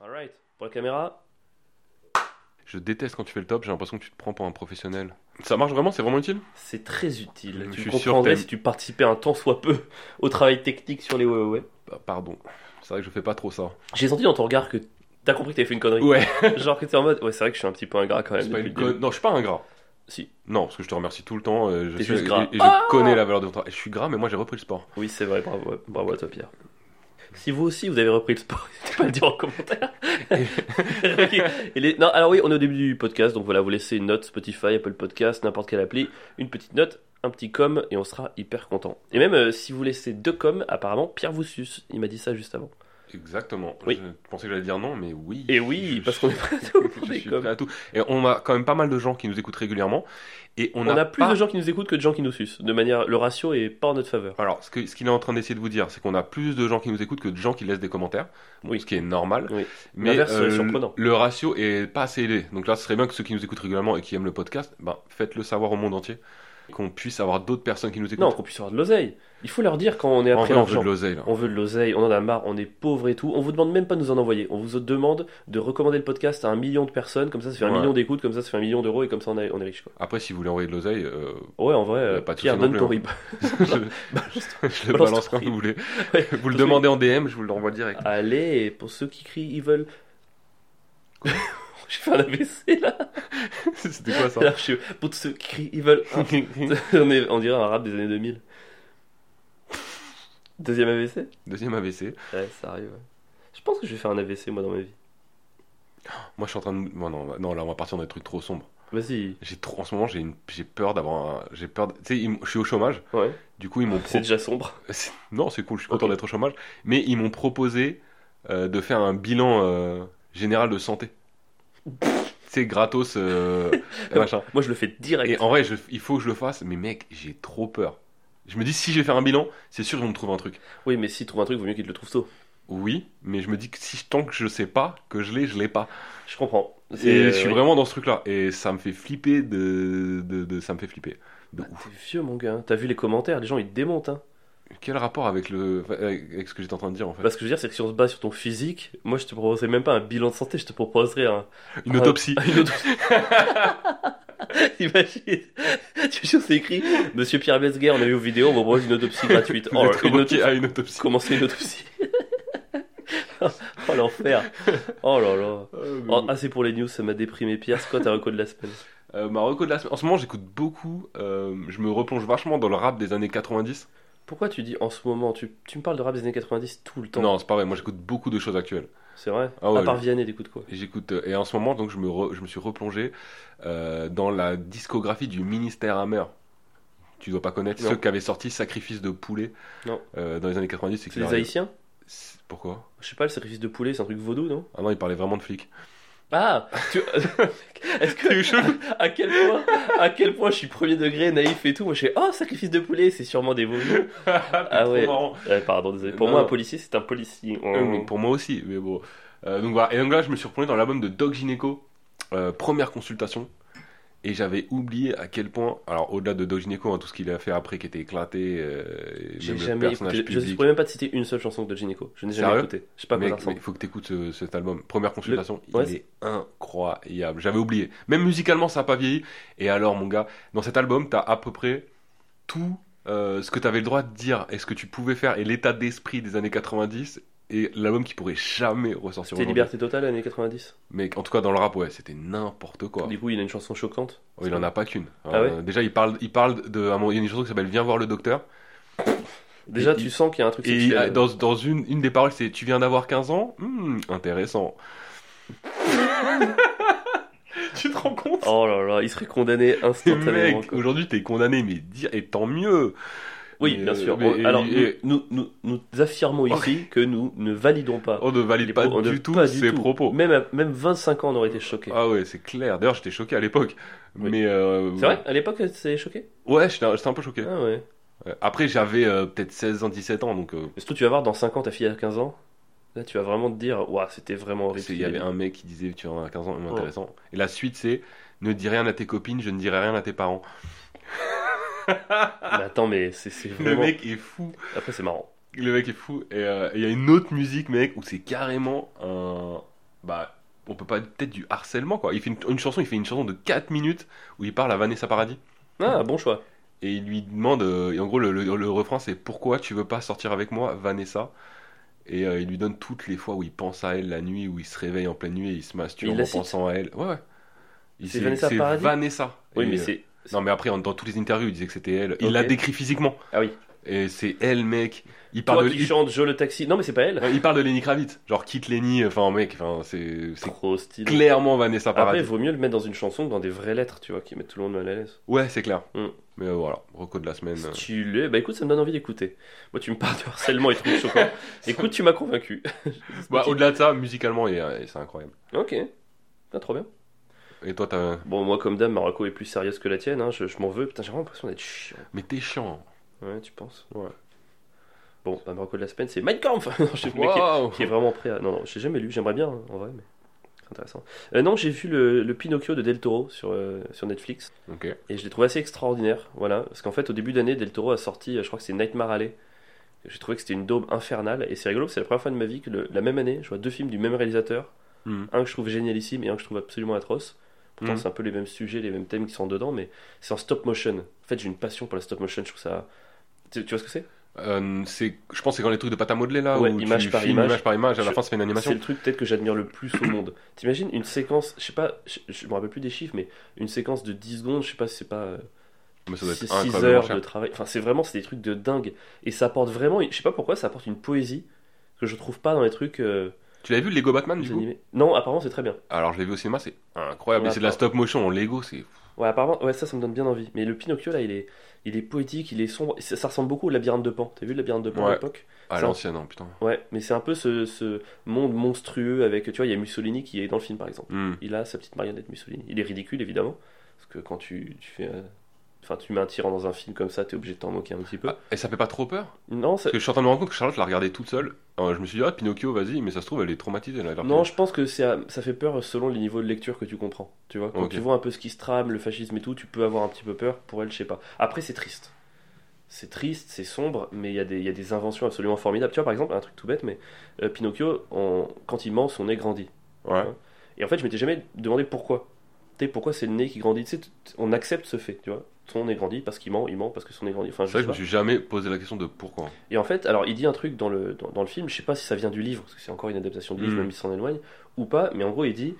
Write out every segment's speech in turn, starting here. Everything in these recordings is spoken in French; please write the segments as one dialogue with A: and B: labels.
A: Alright, pour la caméra.
B: Je déteste quand tu fais le top, j'ai l'impression que tu te prends pour un professionnel. Ça marche vraiment, c'est vraiment utile
A: C'est très utile.
B: Je
A: tu
B: suis sûr
A: comprendrais
B: t'aimes.
A: si tu participais un tant soit peu au travail technique sur les Huawei.
B: Bah, Pardon, c'est vrai que je fais pas trop ça.
A: J'ai senti dans ton regard que t'as compris que t'avais fait une connerie.
B: Ouais,
A: Genre que t'es en mode, ouais, c'est vrai que je suis un petit peu ingrat quand même.
B: c'est pas
A: depuis
B: une
A: le début.
B: conne- Non, je suis pas ingrat.
A: Si.
B: Non, parce que je te remercie tout le temps. euh, Je
A: T'es
B: suis
A: juste gras.
B: Et, et je connais la valeur de ton travail. Je suis gras, mais moi j'ai repris le sport.
A: Oui, c'est vrai, bravo, ouais. bravo à toi, Pierre. Si vous aussi vous avez repris le sport, n'hésitez pas à le dire en commentaire. Ok. Et les- Non, alors oui, on est au début du podcast, donc voilà, vous laissez une note Spotify, Apple Podcast, n'importe quelle appli, une petite note, un petit com, et on sera hyper content. Et même euh, si vous laissez deux coms, apparemment Pierre vous suce. Il m'a dit ça juste avant.
B: Exactement.
A: Oui.
B: Je pensais que j'allais dire non, mais oui.
A: Et oui,
B: Je
A: parce
B: suis-
A: qu'on est prêt à tout pour
B: je
A: des
B: suis
A: coms.
B: prêt à tout. Et on a quand même pas mal de gens qui nous écoutent régulièrement. Et on,
A: On a plus
B: pas-
A: de gens qui nous écoutent que de gens qui nous sucent. De manière, le ratio est pas en notre faveur.
B: Alors, ce que- ce qu'il est en train d'essayer de vous dire, c'est qu'on a plus de gens qui nous écoutent que de gens qui laissent des commentaires,
A: Oui.
B: ce qui est normal.
A: Oui.
B: Mais
A: L'inverse
B: euh,
A: est surprenant.
B: le ratio est pas assez élevé. Donc là, ce serait bien que ceux qui nous écoutent régulièrement et qui aiment le podcast, ben, faites-le savoir au monde entier, qu'on puisse avoir d'autres personnes qui nous écoutent.
A: Non, qu'on puisse avoir de l'oseille. Il faut leur dire quand on est
B: en
A: après
B: vrai, on veut
A: l'argent.
B: de l'oseille. là.
A: On veut de l'oseille, on en a marre, on est pauvre et tout. On vous demande même pas de nous en envoyer. On vous demande de recommander le podcast à un million de personnes. Comme ça, ça fait un
B: Ouais.
A: million d'écoutes. Comme ça, ça fait un million d'euros. Et comme ça, on est, on est riche. Quoi.
B: Après, si vous voulez envoyer de l'oseille, euh,
A: Ouais, en vrai,
B: a
A: euh,
B: pas de
A: Pierre,
B: souci non
A: donne
B: plus,
A: ton
B: hein.
A: rib. Bah,
B: je, je le
A: balance
B: balance
A: ton
B: quand vous voulez.
A: Ouais,
B: vous
A: parce que-
B: le demandez en DM, je vous le renvoie direct.
A: Allez, et pour ceux qui crient, ils veulent. J'ai fait un AVC là. Ah.
B: C'était quoi ça
A: Alors, je suis- Pour ceux qui crient, ils veulent. on, est- on dirait un rap des années 2000. Deuxième AVC
B: Deuxième AVC.
A: Ouais, ça arrive. ouais. Je pense que je vais faire un AVC moi dans ma vie.
B: Moi, je suis en train de. Non, non, non, là, on va partir dans des trucs trop sombres.
A: Vas-y.
B: J'ai trop. En ce moment, j'ai une... j'ai peur d'avoir. un- J'ai peur. de- Tu sais, ils m- je suis au chômage.
A: Ouais.
B: Du coup, ils m'ont.
A: C'est
B: pro-
A: déjà sombre.
B: C'est- Non, c'est cool. Je suis content
A: Ok.
B: d'être au chômage. Mais ils m'ont proposé euh, de faire un bilan euh, général de santé. C'est gratos, euh, machin.
A: Moi, je le fais direct.
B: Et en vrai, je- il faut que je le fasse. Mais mec, j'ai trop peur. Je me dis, si je vais faire un bilan, c'est sûr ils vont me trouver un truc.
A: Oui, mais s'il trouve un truc, vaut mieux qu'il le trouve tôt.
B: Oui, mais je me dis que si tant que je sais pas que je l'ai, je l'ai pas.
A: Je comprends. C'est,
B: Et
A: euh,
B: je suis
A: oui.
B: vraiment dans ce truc-là. Et ça me fait flipper de, de, de- ça me fait flipper. De
A: Bah,
B: ouf.
A: t'es vieux, mon gars. T'as vu les commentaires, les gens ils te démontent. Hein.
B: Quel rapport avec le, avec avec ce que j'étais en train de dire en fait
A: Bah, ce que je veux dire, c'est que si on se base sur ton physique, moi je te proposerais même pas un bilan de santé, je te proposerais un.
B: Une autopsie.
A: un- une autopsie. Imagine. Tu sais, c'est écrit Monsieur Pierre Besguer, on a vu aux vidéos, on vous propose une autopsie gratuite.
B: Vous
A: Oh,
B: êtes
A: une
B: convoqué
A: autopsie.
B: à une autopsie.
A: Comment c'est une autopsie Oh l'enfer. Oh là là. Oh, ah, c'est pour les news, ça m'a déprimé. Pierre, c'est quoi ta reco de la semaine
B: Euh, ma reco de la semaine- En ce moment, j'écoute beaucoup. euh, je me replonge vachement dans le rap des années 90.
A: Pourquoi tu dis en ce moment tu, tu me parles de rap des années 90 tout le temps.
B: Non, c'est pas vrai. Moi, j'écoute beaucoup de choses actuelles.
A: C'est vrai
B: Ah ouais,
A: À part Vianney, t'écoutes quoi
B: Et J'écoute euh, et en ce moment donc je me re- je me suis replongé euh, dans la discographie du ministère Hammer. Tu dois pas connaître
A: Non.
B: ceux qui avaient sorti Sacrifice de poulet
A: Non.
B: euh, dans les années 90. C'est
A: C'est
B: qu'ils
A: les
B: arrivaient-
A: Haïtiens
B: C'est- Pourquoi
A: Je sais pas, le sacrifice de poulet, c'est un truc vaudou, non
B: Ah non, il parlait vraiment de flics. Ah
A: Ah tu- Est-ce
B: T'es
A: que.
B: chelou.
A: à, quel point, à quel point je suis premier degré, naïf et tout Moi je fais Oh, sacrifice de poulet, c'est sûrement des vaudous.
B: ah
A: ouais. Ouais, pardon, désolé. Pour
B: Non,
A: moi,
B: non. Euh,
A: un policier, c'est un policier.
B: pour moi aussi, mais bon. Euh, donc voilà. Et donc là, je me suis replongé dans l'album de Doc Gineco, euh, première consultation. Et j'avais oublié à quel point, alors au-delà de Doc Gineco, hein, tout ce qu'il a fait après qui était éclaté, euh, et
A: J'ai
B: même le
A: jamais
B: personnage
A: écouté. Je ne
B: public.
A: pourrais même pas te citer une seule chanson de Gineco. Je n'ai jamais
B: Sérieux
A: écouté. Je sais pas à quoi
B: Mec,
A: ça
B: mais
A: ressemble.
B: il faut que tu écoutes cet album. Première consultation,
A: ouais,
B: il
A: c'est-
B: est incroyable. J'avais oublié. Même musicalement, ça n'a pas vieilli. Et alors, mon gars, dans cet album, tu as à peu près tout euh, ce que tu avais le droit de dire et ce que tu pouvais faire et l'état d'esprit des années 90 et l'album qui pourrait jamais ressortir
A: C'était
B: aujourd'hui.
A: Liberté Totale, années 90.
B: Mais en tout cas, dans le rap, ouais, c'était n'importe quoi.
A: Du coup, il a une chanson choquante.
B: Oh, il en a pas qu'une.
A: Ah
B: Euh, Déjà, il parle, il parle de. à un moment, Il y a une chanson qui s'appelle Viens voir le docteur.
A: Déjà,
B: Et-
A: tu sens qu'il y a un truc
B: Et il-
A: sexuel.
B: dans, dans une, une des paroles, c'est Tu viens d'avoir 15 ans Hmm, Intéressant. tu te rends compte
A: Oh là là, il serait condamné
B: Mais
A: instantanément.
B: Mec,
A: quoi.
B: aujourd'hui, t'es condamné, mais dire, et tant mieux
A: Oui,
B: Mais,
A: bien
B: euh,
A: sûr.
B: mais- Oh.
A: On- alors,
B: et-
A: nous, nous, nous affirmons ici que nous ne validons pas.
B: On ne valide
A: les
B: Oh, pas
A: propos- on ne-
B: du tout
A: pas
B: ses propos.
A: Même, à- même 25 ans, on aurait été choqués.
B: Ah ouais, c'est clair. D'ailleurs, j'étais choqué à l'époque.
A: Oui.
B: Mais. euh,
A: C'est vrai À l'époque, c'est choqué
B: Ouais, j'étais j'étais un peu choqué.
A: Ah ouais.
B: Euh, Après, j'avais euh, peut-être 16 ans, 17 ans, donc. euh,
A: Mais surtout, tu vas voir, dans 5 ans, ta fille a 15 ans. Là, tu vas vraiment te dire, waouh, c'était vraiment horrible.
B: c'est- Il y avait un mec qui disait Tu viens d'avoir 15 ans, hum,
A: Oh.
B: intéressant. Et la suite, c'est Ne dis rien à tes copines, je ne dirai rien à tes parents.
A: Mais attends, mais c'est c'est
B: Le
A: vraiment.
B: mec est fou.
A: Après, c'est marrant.
B: Le mec est fou. Et euh, il y a une autre musique, mec, où c'est carrément un. Bah, on peut pas peut-être du harcèlement quoi. Il fait une, une chanson, il fait une chanson de 4 minutes où il parle à Vanessa Paradis
A: Ah, bon choix.
B: et il lui demande euh, et en gros le, le- le refrain c'est pourquoi tu veux pas sortir avec moi Vanessa et euh, il lui donne toutes les fois où il pense à elle la nuit où il se réveille en pleine nuit et il se masturbe
A: Il la
B: en
A: cite
B: pensant à elle ouais ouais Il-
A: C'est Vanessa Paradis
B: Vanessa
A: Oui,
B: Et,
A: mais
B: euh,
A: c'est.
B: non mais après en- dans toutes les interviews il disait que c'était elle il
A: Ok.
B: la décrit physiquement
A: Ah oui.
B: et c'est elle mec il
A: Toi
B: parle de
A: qui
B: il-
A: chante Je le taxi. Non, mais c'est pas elle.
B: il parle de Lenny Kravitz genre quitte Lenny enfin mec enfin c'est c'est
A: Trop stylé.
B: clairement Vanessa
A: Après,
B: Paradis
A: vaut mieux le mettre dans une chanson que dans des vraies lettres, tu vois, qui mettent tout le monde mal à l'aise.
B: ouais c'est clair
A: Mm.
B: mais euh, voilà reco de la semaine euh.
A: Stylé. Bah écoute, ça me donne envie d'écouter. Moi, tu me parles de harcèlement et trucs choquants. écoute, tu m'as convaincu.
B: Bah, au-delà de ça musicalement il est- c'est incroyable
A: Ok. Ah, trop bien.
B: et toi t'as
A: Bon, moi, comme dame, Marocco est plus sérieuse que la tienne. hein. Je, je m'en veux. Putain, j'ai vraiment l'impression d'être chiant.
B: Mais t'es chiant.
A: Ouais, tu penses
B: Ouais.
A: Bon, bah, Marocco de la semaine, c'est Mein Kampf Non, je sais pas, mais qui, est-
B: Waouh.
A: qui est vraiment prêt à. Non, non, j'ai jamais lu. J'aimerais bien, hein, en vrai, mais c'est intéressant. Euh, non, j'ai vu le, le Pinocchio de Del Toro sur, euh, sur Netflix.
B: Ok.
A: Et je l'ai trouvé assez extraordinaire, voilà. Parce qu'en fait, au début d'année, Del Toro a sorti, euh, je crois que c'est Nightmare Alley. J'ai trouvé que c'était une daube infernale. Et c'est rigolo, parce que c'est la première fois de ma vie que le- la même année, je vois deux films du même réalisateur.
B: Mhm.
A: Un que je trouve génialissime et un que je trouve absolument atroce. Pourtant,
B: Mhm.
A: c'est un peu les mêmes sujets, les mêmes thèmes qui sont dedans, mais c'est en stop motion. En fait, j'ai une passion pour la stop motion, je trouve ça. Tu, tu vois ce que c'est
B: Euh, c'est, je pense que c'est quand les trucs de pâte à modeler là,
A: Ouais,
B: où tu
A: image par
B: filmes
A: image.
B: par image, à la
A: Je-
B: fin ça fait une
A: C'est
B: animation.
A: le truc peut-être que j'admire le plus au monde. T'imagines une séquence, je sais pas, je, je me rappelle plus des chiffres, mais une séquence de 10 secondes, je sais pas si c'est pas. euh,
B: Mais ça doit être
A: 6
B: incroyablement
A: heures
B: cher.
A: de travail. Enfin, c'est vraiment c'est des trucs de dingue. Et ça apporte vraiment, je sais pas pourquoi, ça apporte une poésie que je trouve pas dans les trucs euh,
B: Tu l'avais vu Lego Batman du coup
A: animés. Non, apparemment c'est très bien.
B: Alors je l'ai vu au cinéma, c'est incroyable.
A: Ouais,
B: mais c'est de la
A: attends.
B: stop motion en Lego, c'est.
A: Ouais, apparemment, ouais, ça, ça me donne bien envie. Mais le Pinocchio là, il est, il est poétique, il est sombre. Et Ça, ça ressemble beaucoup au labyrinthe de Pan. T'as vu le labyrinthe de Pan
B: Ouais.
A: à l'époque
B: À
A: Ça-
B: l'ancienne, hein, putain.
A: Ouais, mais c'est un peu ce, ce monde monstrueux avec, tu vois, il y a Mussolini qui est dans le film par exemple.
B: Hmm.
A: Il a sa petite marionnette Mussolini. Il est ridicule évidemment, parce que quand tu, tu fais, euh, enfin, tu mets un tyran dans un film comme ça, t'es obligé de t'en moquer un petit peu.
B: Ah, et ça fait pas trop peur
A: Non, ça,
B: Parce que je suis en train de me rendre compte que Charlotte l'a regardé toute seule. Euh, je me suis dit, ah Pinocchio, vas-y, mais ça se trouve, elle est traumatisée. Elle a l'air
A: Non,
B: traumatisée.
A: je pense que c'est à- ça fait peur selon les niveaux de lecture que tu comprends. Tu vois, quand
B: Ok.
A: tu vois un peu ce qui se trame, le fascisme et tout, tu peux avoir un petit peu peur. Pour elle, je sais pas. Après, c'est triste. C'est triste, c'est sombre, mais il y, a des- il y a des inventions absolument formidables. Tu vois, par exemple, un truc tout bête, mais euh, Pinocchio, en- quand il ment, son nez grandit.
B: Ouais.
A: Et en fait, je m'étais jamais demandé pourquoi. Tu sais, pourquoi c'est le nez qui grandit. Tu sais, t- on accepte ce fait, tu vois. Son nez grandit parce qu'il ment, il ment parce que son nez grandit. Enfin, je
B: C'est vrai que
A: sais
B: je me
A: pas.
B: suis jamais posé la question de pourquoi.
A: Et en fait, alors il dit un truc dans le, dans, dans le film, je sais pas si ça vient du livre, parce que c'est encore une adaptation du livre,
B: Mhm.
A: même s'il s'en éloigne, ou pas, mais en gros il dit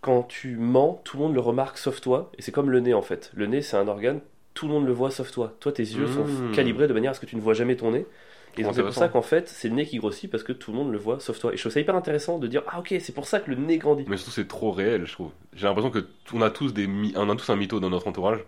A: quand tu mens, tout le monde le remarque sauf toi, et c'est comme le nez en fait. Le nez c'est un organe, tout le monde le voit sauf toi. Toi tes yeux sont
B: Mhm.
A: calibrés de manière à ce que tu ne vois jamais ton nez. Et donc, c'est pour
B: Intéressant.
A: ça qu'en fait c'est le nez qui grossit parce que tout le monde le voit sauf toi. Et je trouve ça hyper intéressant de dire ah ok, c'est pour ça que le nez grandit.
B: Mais surtout, c'est trop réel, je trouve. J'ai l'impression que t- on a tous des, mi- on a tous un mytho dans notre entourage.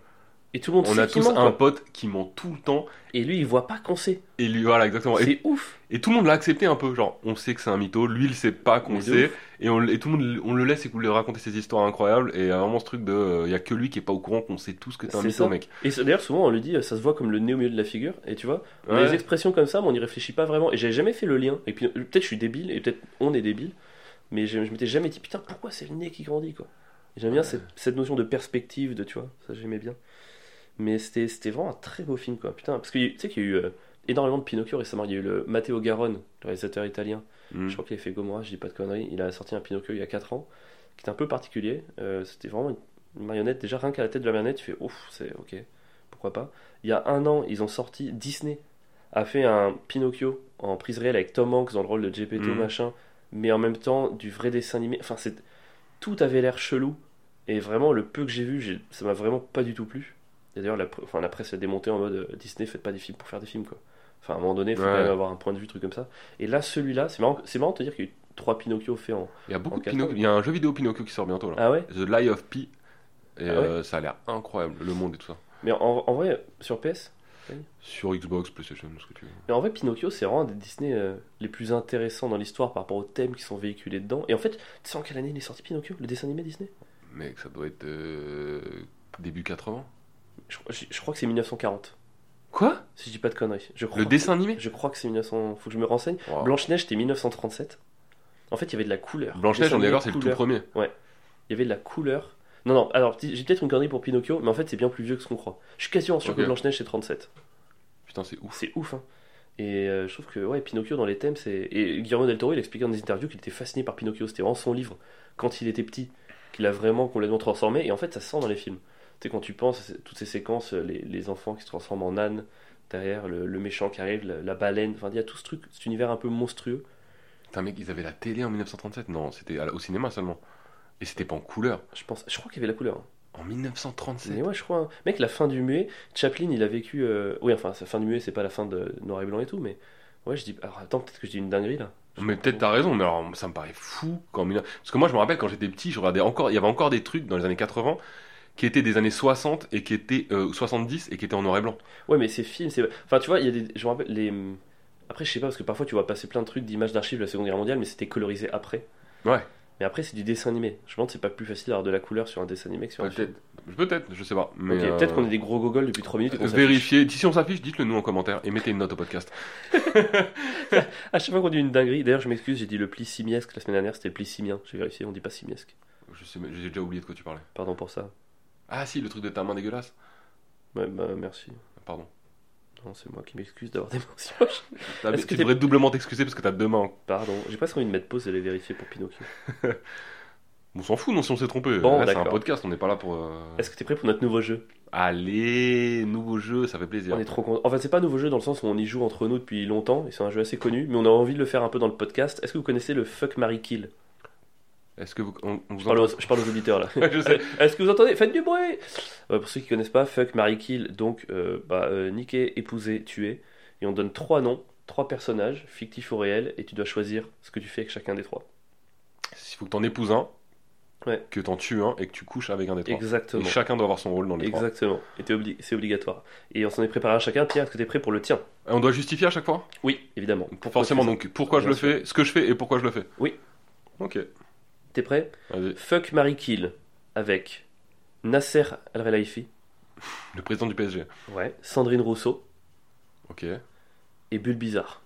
A: Et tout le monde
B: On
A: sait
B: a
A: qu'il
B: tous
A: ment,
B: un
A: quoi.
B: pote qui ment tout le temps.
A: Et lui il voit pas qu'on sait.
B: Et lui, voilà, exactement. Et
A: C'est ouf.
B: Et tout le monde l'a accepté un peu, genre on sait que c'est un mytho, lui il sait pas qu'on
A: Mais
B: le
A: de
B: sait, et, on, et tout le monde on le laisse écouler raconter ses histoires incroyables, et il y a vraiment ce truc de, euh, il y a que lui qui est pas au courant qu'on sait tous que t'es un
A: C'est
B: mytho
A: ça.
B: mec.
A: Et c'est- d'ailleurs souvent on lui dit ça se voit comme le nez au milieu de la figure, et tu vois. On a
B: Ouais.
A: des expressions comme ça, mais on n'y réfléchit pas vraiment. Et j'avais jamais fait le lien. Et puis peut-être je suis débile, et peut-être on est débile, mais je, je m'étais jamais dit putain pourquoi c'est le nez qui grandit quoi. Et J'aime bien
B: Ouais.
A: cette, cette notion de perspective, de tu vois, ça j'aimais bien. Mais c'était c'était vraiment un très beau film quoi, putain. Parce que tu sais qu'il y a eu euh, énormément de Pinocchio récemment. Il y a eu le Matteo Garonne, le réalisateur italien.
B: Mm.
A: Je crois qu'il a fait Gomorrah, je dis pas de conneries. Il a sorti un Pinocchio il y a 4 ans, qui est un peu particulier. Euh, C'était vraiment une marionnette. Déjà, rien qu'à la tête de la marionnette, tu fais ouf, c'est ok, pourquoi pas. Il y a un an, ils ont sorti Disney, a fait un Pinocchio en prise réelle avec Tom Hanks dans le rôle de Geppetto,
B: Mhm.
A: machin, mais en même temps, du vrai dessin animé. Enfin, c'est tout avait l'air chelou. Et vraiment, le peu que j'ai vu, j'ai- ça m'a vraiment pas du tout plu. Et d'ailleurs, la, pre- enfin, la presse a démonté en mode euh, Disney, faites pas des films pour faire des films, quoi. Enfin, à un moment donné, faut
B: Ouais.
A: quand même avoir un point de vue, truc comme ça. Et là, celui-là, c'est marrant, c'est marrant de te dire qu'il y a eu trois Pinocchio faits en.
B: Il y a beaucoup
A: En
B: de
A: quatre
B: Pinocchio, il y a un jeu vidéo Pinocchio qui sort bientôt là,
A: Ah ouais
B: The Lie of Pi, et
A: Ah
B: euh, ça a l'air incroyable, le monde et tout ça.
A: Mais en, en vrai, sur PS
B: Sur Xbox, PlayStation, ce que tu veux.
A: Mais en vrai, Pinocchio, c'est vraiment un des Disney euh, les plus intéressants dans l'histoire par rapport aux thèmes qui sont véhiculés dedans. Et en fait, tu sais en quelle année il est sorti Pinocchio, le dessin animé Disney
B: Mec, ça doit être euh, début 80.
A: je, crois- je- je crois que c'est 1940,
B: Quoi
A: si je dis pas de conneries. Je crois
B: Le
A: que-
B: dessin animé
A: Je crois que c'est 1900. Faut que je me renseigne.
B: Wow.
A: Blanche-Neige, c'était 1937. En fait, il y avait de la couleur.
B: Blanche-Neige, on est
A: Dessin
B: d'accord, c'est
A: animé,
B: le tout
A: couleur.
B: premier.
A: Il y avait de la couleur. Non, non, alors petit- j'ai peut-être une connerie pour Pinocchio, mais en fait, c'est bien plus vieux que ce qu'on croit. Je suis quasiment sûr
B: Ok.
A: que Blanche-Neige, c'est 37.
B: Putain, c'est ouf.
A: C'est ouf, hein. Et euh, je trouve que ouais, Pinocchio dans les thèmes, c'est. Et Guillermo del Toro, il expliquait dans des interviews qu'il était fasciné par Pinocchio. C'était vraiment son livre, quand il était petit, qu'il a vraiment complètement transformé. Et en fait, ça se sent dans les films. Tu sais, quand tu penses à toutes ces séquences, euh, les, les enfants qui se transforment en ânes, derrière le, le méchant qui arrive, la, la baleine, enfin, il y a tout ce truc, cet univers un peu monstrueux.
B: Putain, mec, ils avaient la télé en 1937 Non, c'était à la- au cinéma seulement. Et c'était pas en couleur.
A: Je pense. Je crois qu'il y avait la couleur. hein.
B: En 1937
A: Mais ouais, je crois. hein. Mec, la fin du muet, Chaplin, il a vécu. euh, Oui, enfin, sa fin du muet, c'est pas la fin de Noir et Blanc et tout, mais. Ouais, je dis. Alors attends, peut-être que je dis une dinguerie là.
B: Mais peut-être t'as raison, mais alors ça me paraît fou quand même. Parce que moi je me rappelle quand j'étais petit, je regardais encore, il y avait encore des trucs dans les années 80 qui étaient des années 60 et qui étaient euh, 70 et qui étaient en noir et blanc.
A: Ouais, mais ces films, c'est. Enfin, tu vois, il y a des. Je me rappelle, les. Après, je sais pas, parce que parfois tu vois passer plein de trucs d'images d'archives de la Seconde Guerre mondiale, mais c'était colorisé après.
B: Ouais.
A: Mais après, c'est du dessin animé. Je me demande, c'est pas plus facile d'avoir de la couleur sur un dessin animé que sur un film.
B: Peut-être, peut-être, je sais pas. Mais
A: Ok,
B: euh,
A: peut-être qu'on est des gros gogoles depuis 3 minutes. et qu'on s'affiche.
B: Vérifiez. Si on s'affiche, dites-le nous en commentaire et mettez une note au podcast.
A: À chaque fois qu'on dit une dinguerie, d'ailleurs, je m'excuse, j'ai dit le pli simiesque la semaine dernière, c'était le pli simien. J'ai vérifié, on dit pas simiesque.
B: Je sais, mais j'ai déjà oublié de quoi tu parlais.
A: Pardon pour ça.
B: Ah si, le truc de ta main dégueulasse.
A: Ouais, bah, merci.
B: Pardon.
A: Non, c'est moi qui m'excuse d'avoir des mots aussi moches.
B: T'as-
A: Est-ce que
B: Tu
A: t'es-
B: devrais doublement t'excuser parce que t'as deux mains. en-
A: Pardon, j'ai presque envie de mettre pause et les vérifier pour Pinocchio.
B: On s'en fout, non, si on s'est trompé.
A: Bon,
B: Là, c'est un
A: d'accord.
B: podcast, on n'est pas là pour. euh,
A: Est-ce que t'es prêt pour notre nouveau jeu
B: Allez, nouveau jeu, ça fait plaisir.
A: On est trop content. Enfin, c'est pas un nouveau jeu dans le sens où on y joue entre nous depuis longtemps, et c'est un jeu assez connu, mais on a envie de le faire un peu dans le podcast. Est-ce que vous connaissez le Fuck Marie Kill
B: Est-ce que vous. On, on vous
A: je parle, aux, je parle aux auditeurs là.
B: entend- Je sais.
A: Est-ce que vous entendez Faites du bruit Euh, Pour ceux qui connaissent pas, Fuck Marie Kill, donc euh, bah, euh, niquer, épouser, tuer, et on donne trois noms, trois personnages, fictifs ou réels, et tu dois choisir ce que tu fais avec chacun des trois.
B: Il faut que t'en épouses un,
A: Ouais.
B: que t'en tues un et que tu couches avec un des trois.
A: Exactement.
B: Et chacun doit avoir son rôle dans les trois.
A: Exactement. Et t'es obli- c'est obligatoire. Et on s'en est préparé à chacun. Pierre, est-ce que t'es prêt pour le tien
B: Et on doit justifier à chaque fois
A: Oui, évidemment. Pourquoi
B: Forcément,
A: tu fais
B: donc pourquoi je
A: Bien
B: le fais, ce que je fais et pourquoi je le fais.
A: Oui.
B: Ok,
A: ça T'es prêt
B: vas-y.
A: Fuck Marie Kill avec Nasser Al Relaifi,
B: Le président du PSG.
A: ouais, Sandrine Rousseau
B: Ok.
A: et Bulle Bizarre.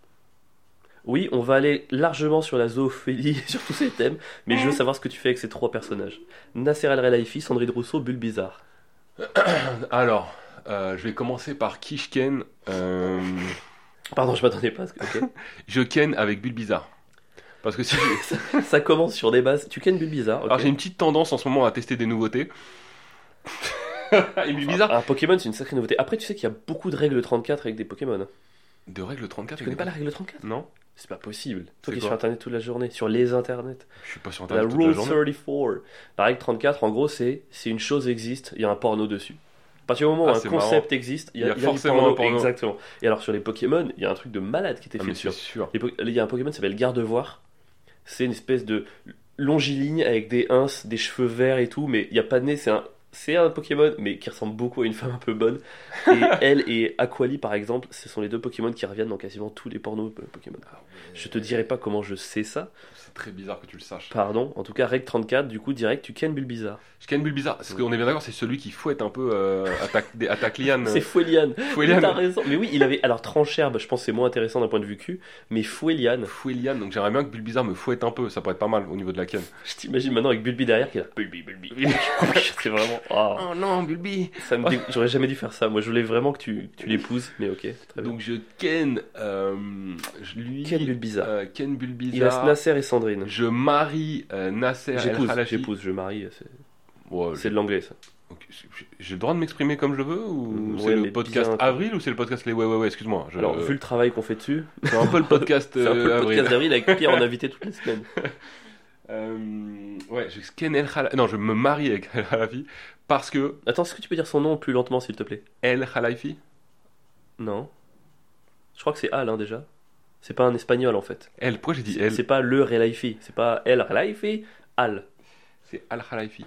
A: Oui, on va aller largement sur la zoophilie et sur tous ces thèmes, mais je veux savoir ce que tu fais avec ces trois personnages. Nasser Al Relaifi, Sandrine Rousseau, Bulle Bizarre.
B: Alors, euh, je vais commencer par qui je ken. euh,
A: Pardon, je m'attendais pas à ce que. ok.
B: je ken avec Bulle Bizarre. Parce que si.
A: ça, ça commence sur des bases. Tu kennes Bulle Bizarre. ok.
B: Alors, j'ai une petite tendance en ce moment à tester des nouveautés. et Bulle Bizarre.
A: Un Pokémon, c'est une sacrée nouveauté. Après, tu sais qu'il y a beaucoup de règles 34 avec des Pokémon. hein.
B: De règle 34,
A: Tu connais pas la règle 34
B: Non
A: C'est pas possible.
B: C'est
A: Toi qui es
B: quoi
A: sur internet toute la journée, sur les internets.
B: Je suis pas sur
A: La
B: internet toute la
A: rule
B: journée.
A: 34. La règle 34, en gros, c'est si une chose existe, il y a un porno dessus. À partir du moment où
B: Ah,
A: un
B: c'est
A: concept existe, il y a, il y a du
B: forcément un porno.
A: Exactement. Et alors sur les Pokémon, il y a un truc de malade qui était
B: Ah,
A: fait
B: mais c'est
A: sur.
B: sûr.
A: les Po- Il y a un Pokémon qui s'appelle Gardevoir. C'est une espèce de longiligne avec des ins, des cheveux verts et tout, mais il n'y a pas de nez. C'est un, c'est un Pokémon, mais qui ressemble beaucoup à une femme un peu bonne. Et elle et Aquali, par exemple, ce sont les deux Pokémon qui reviennent dans quasiment tous les pornos euh, Pokémon. Je te dirai pas comment je sais ça.
B: C'est très bizarre que tu le saches.
A: Pardon, en tout cas, règle 34, du coup, direct, tu ken Bulbizarre.
B: Je ken Bulle Bizarre, parce qu'on est bien d'accord, c'est celui qui fouette un peu euh, à ta- des- à ta cliane.
A: C'est Fouelian. Mais T'as
B: Fouelian.
A: raison. Mais oui, il avait. Alors, Trancherbe, je pense que c'est moins intéressant d'un point de vue cul, mais Fouelian,
B: Fouelian, donc j'aimerais bien que Bulle Bizarre me fouette un peu, ça pourrait être pas mal au niveau de la ken.
A: je t'imagine maintenant avec Bulbi derrière qui est là. Bulbi, Bulbi. c'est vraiment. oh,
B: non, Bulbi
A: ça me dé-
B: Oh.
A: J'aurais jamais dû faire ça. Moi, je voulais vraiment que tu, que tu l'épouses, mais ok, très bien.
B: Donc je ken. euh, je lui.
A: Ken Bulbizarre.
B: euh, ken Bulle
A: Il reste
B: Bizarre.
A: Nasser et Sandrine.
B: Je marie euh, Nasser
A: J'épouse,
B: El-Khalafi.
A: j'épouse, je marie. c'est-
B: Ouais,
A: C'est de l'anglais, ça.
B: ok, c'est- j'ai- J'ai le droit de m'exprimer comme je veux ou
A: Ouais,
B: c'est
A: mais
B: le podcast
A: bien-
B: avril ou c'est le podcast les ouais ouais ouais excuse-moi. je-
A: Alors, vu le travail qu'on fait dessus,
B: C'est un peu le podcast
A: c'est un peu
B: euh,
A: le
B: avril.
A: podcast d'avril avec Pierre en invité toutes les semaines.
B: Euh, ouais, je ken El Khalafi. Non, je me marie avec El Khalafi parce que
A: Attends, est-ce que tu peux dire son nom plus lentement, s'il te plaît
B: El Khalafi.
A: Non. Je crois que c'est Al hein, déjà. C'est pas un espagnol en fait.
B: El, pourquoi j'ai dit
A: C'est
B: El
A: c'est pas le Relaifi. C'est pas El Relaifi, Al.
B: C'est Al Khalafi.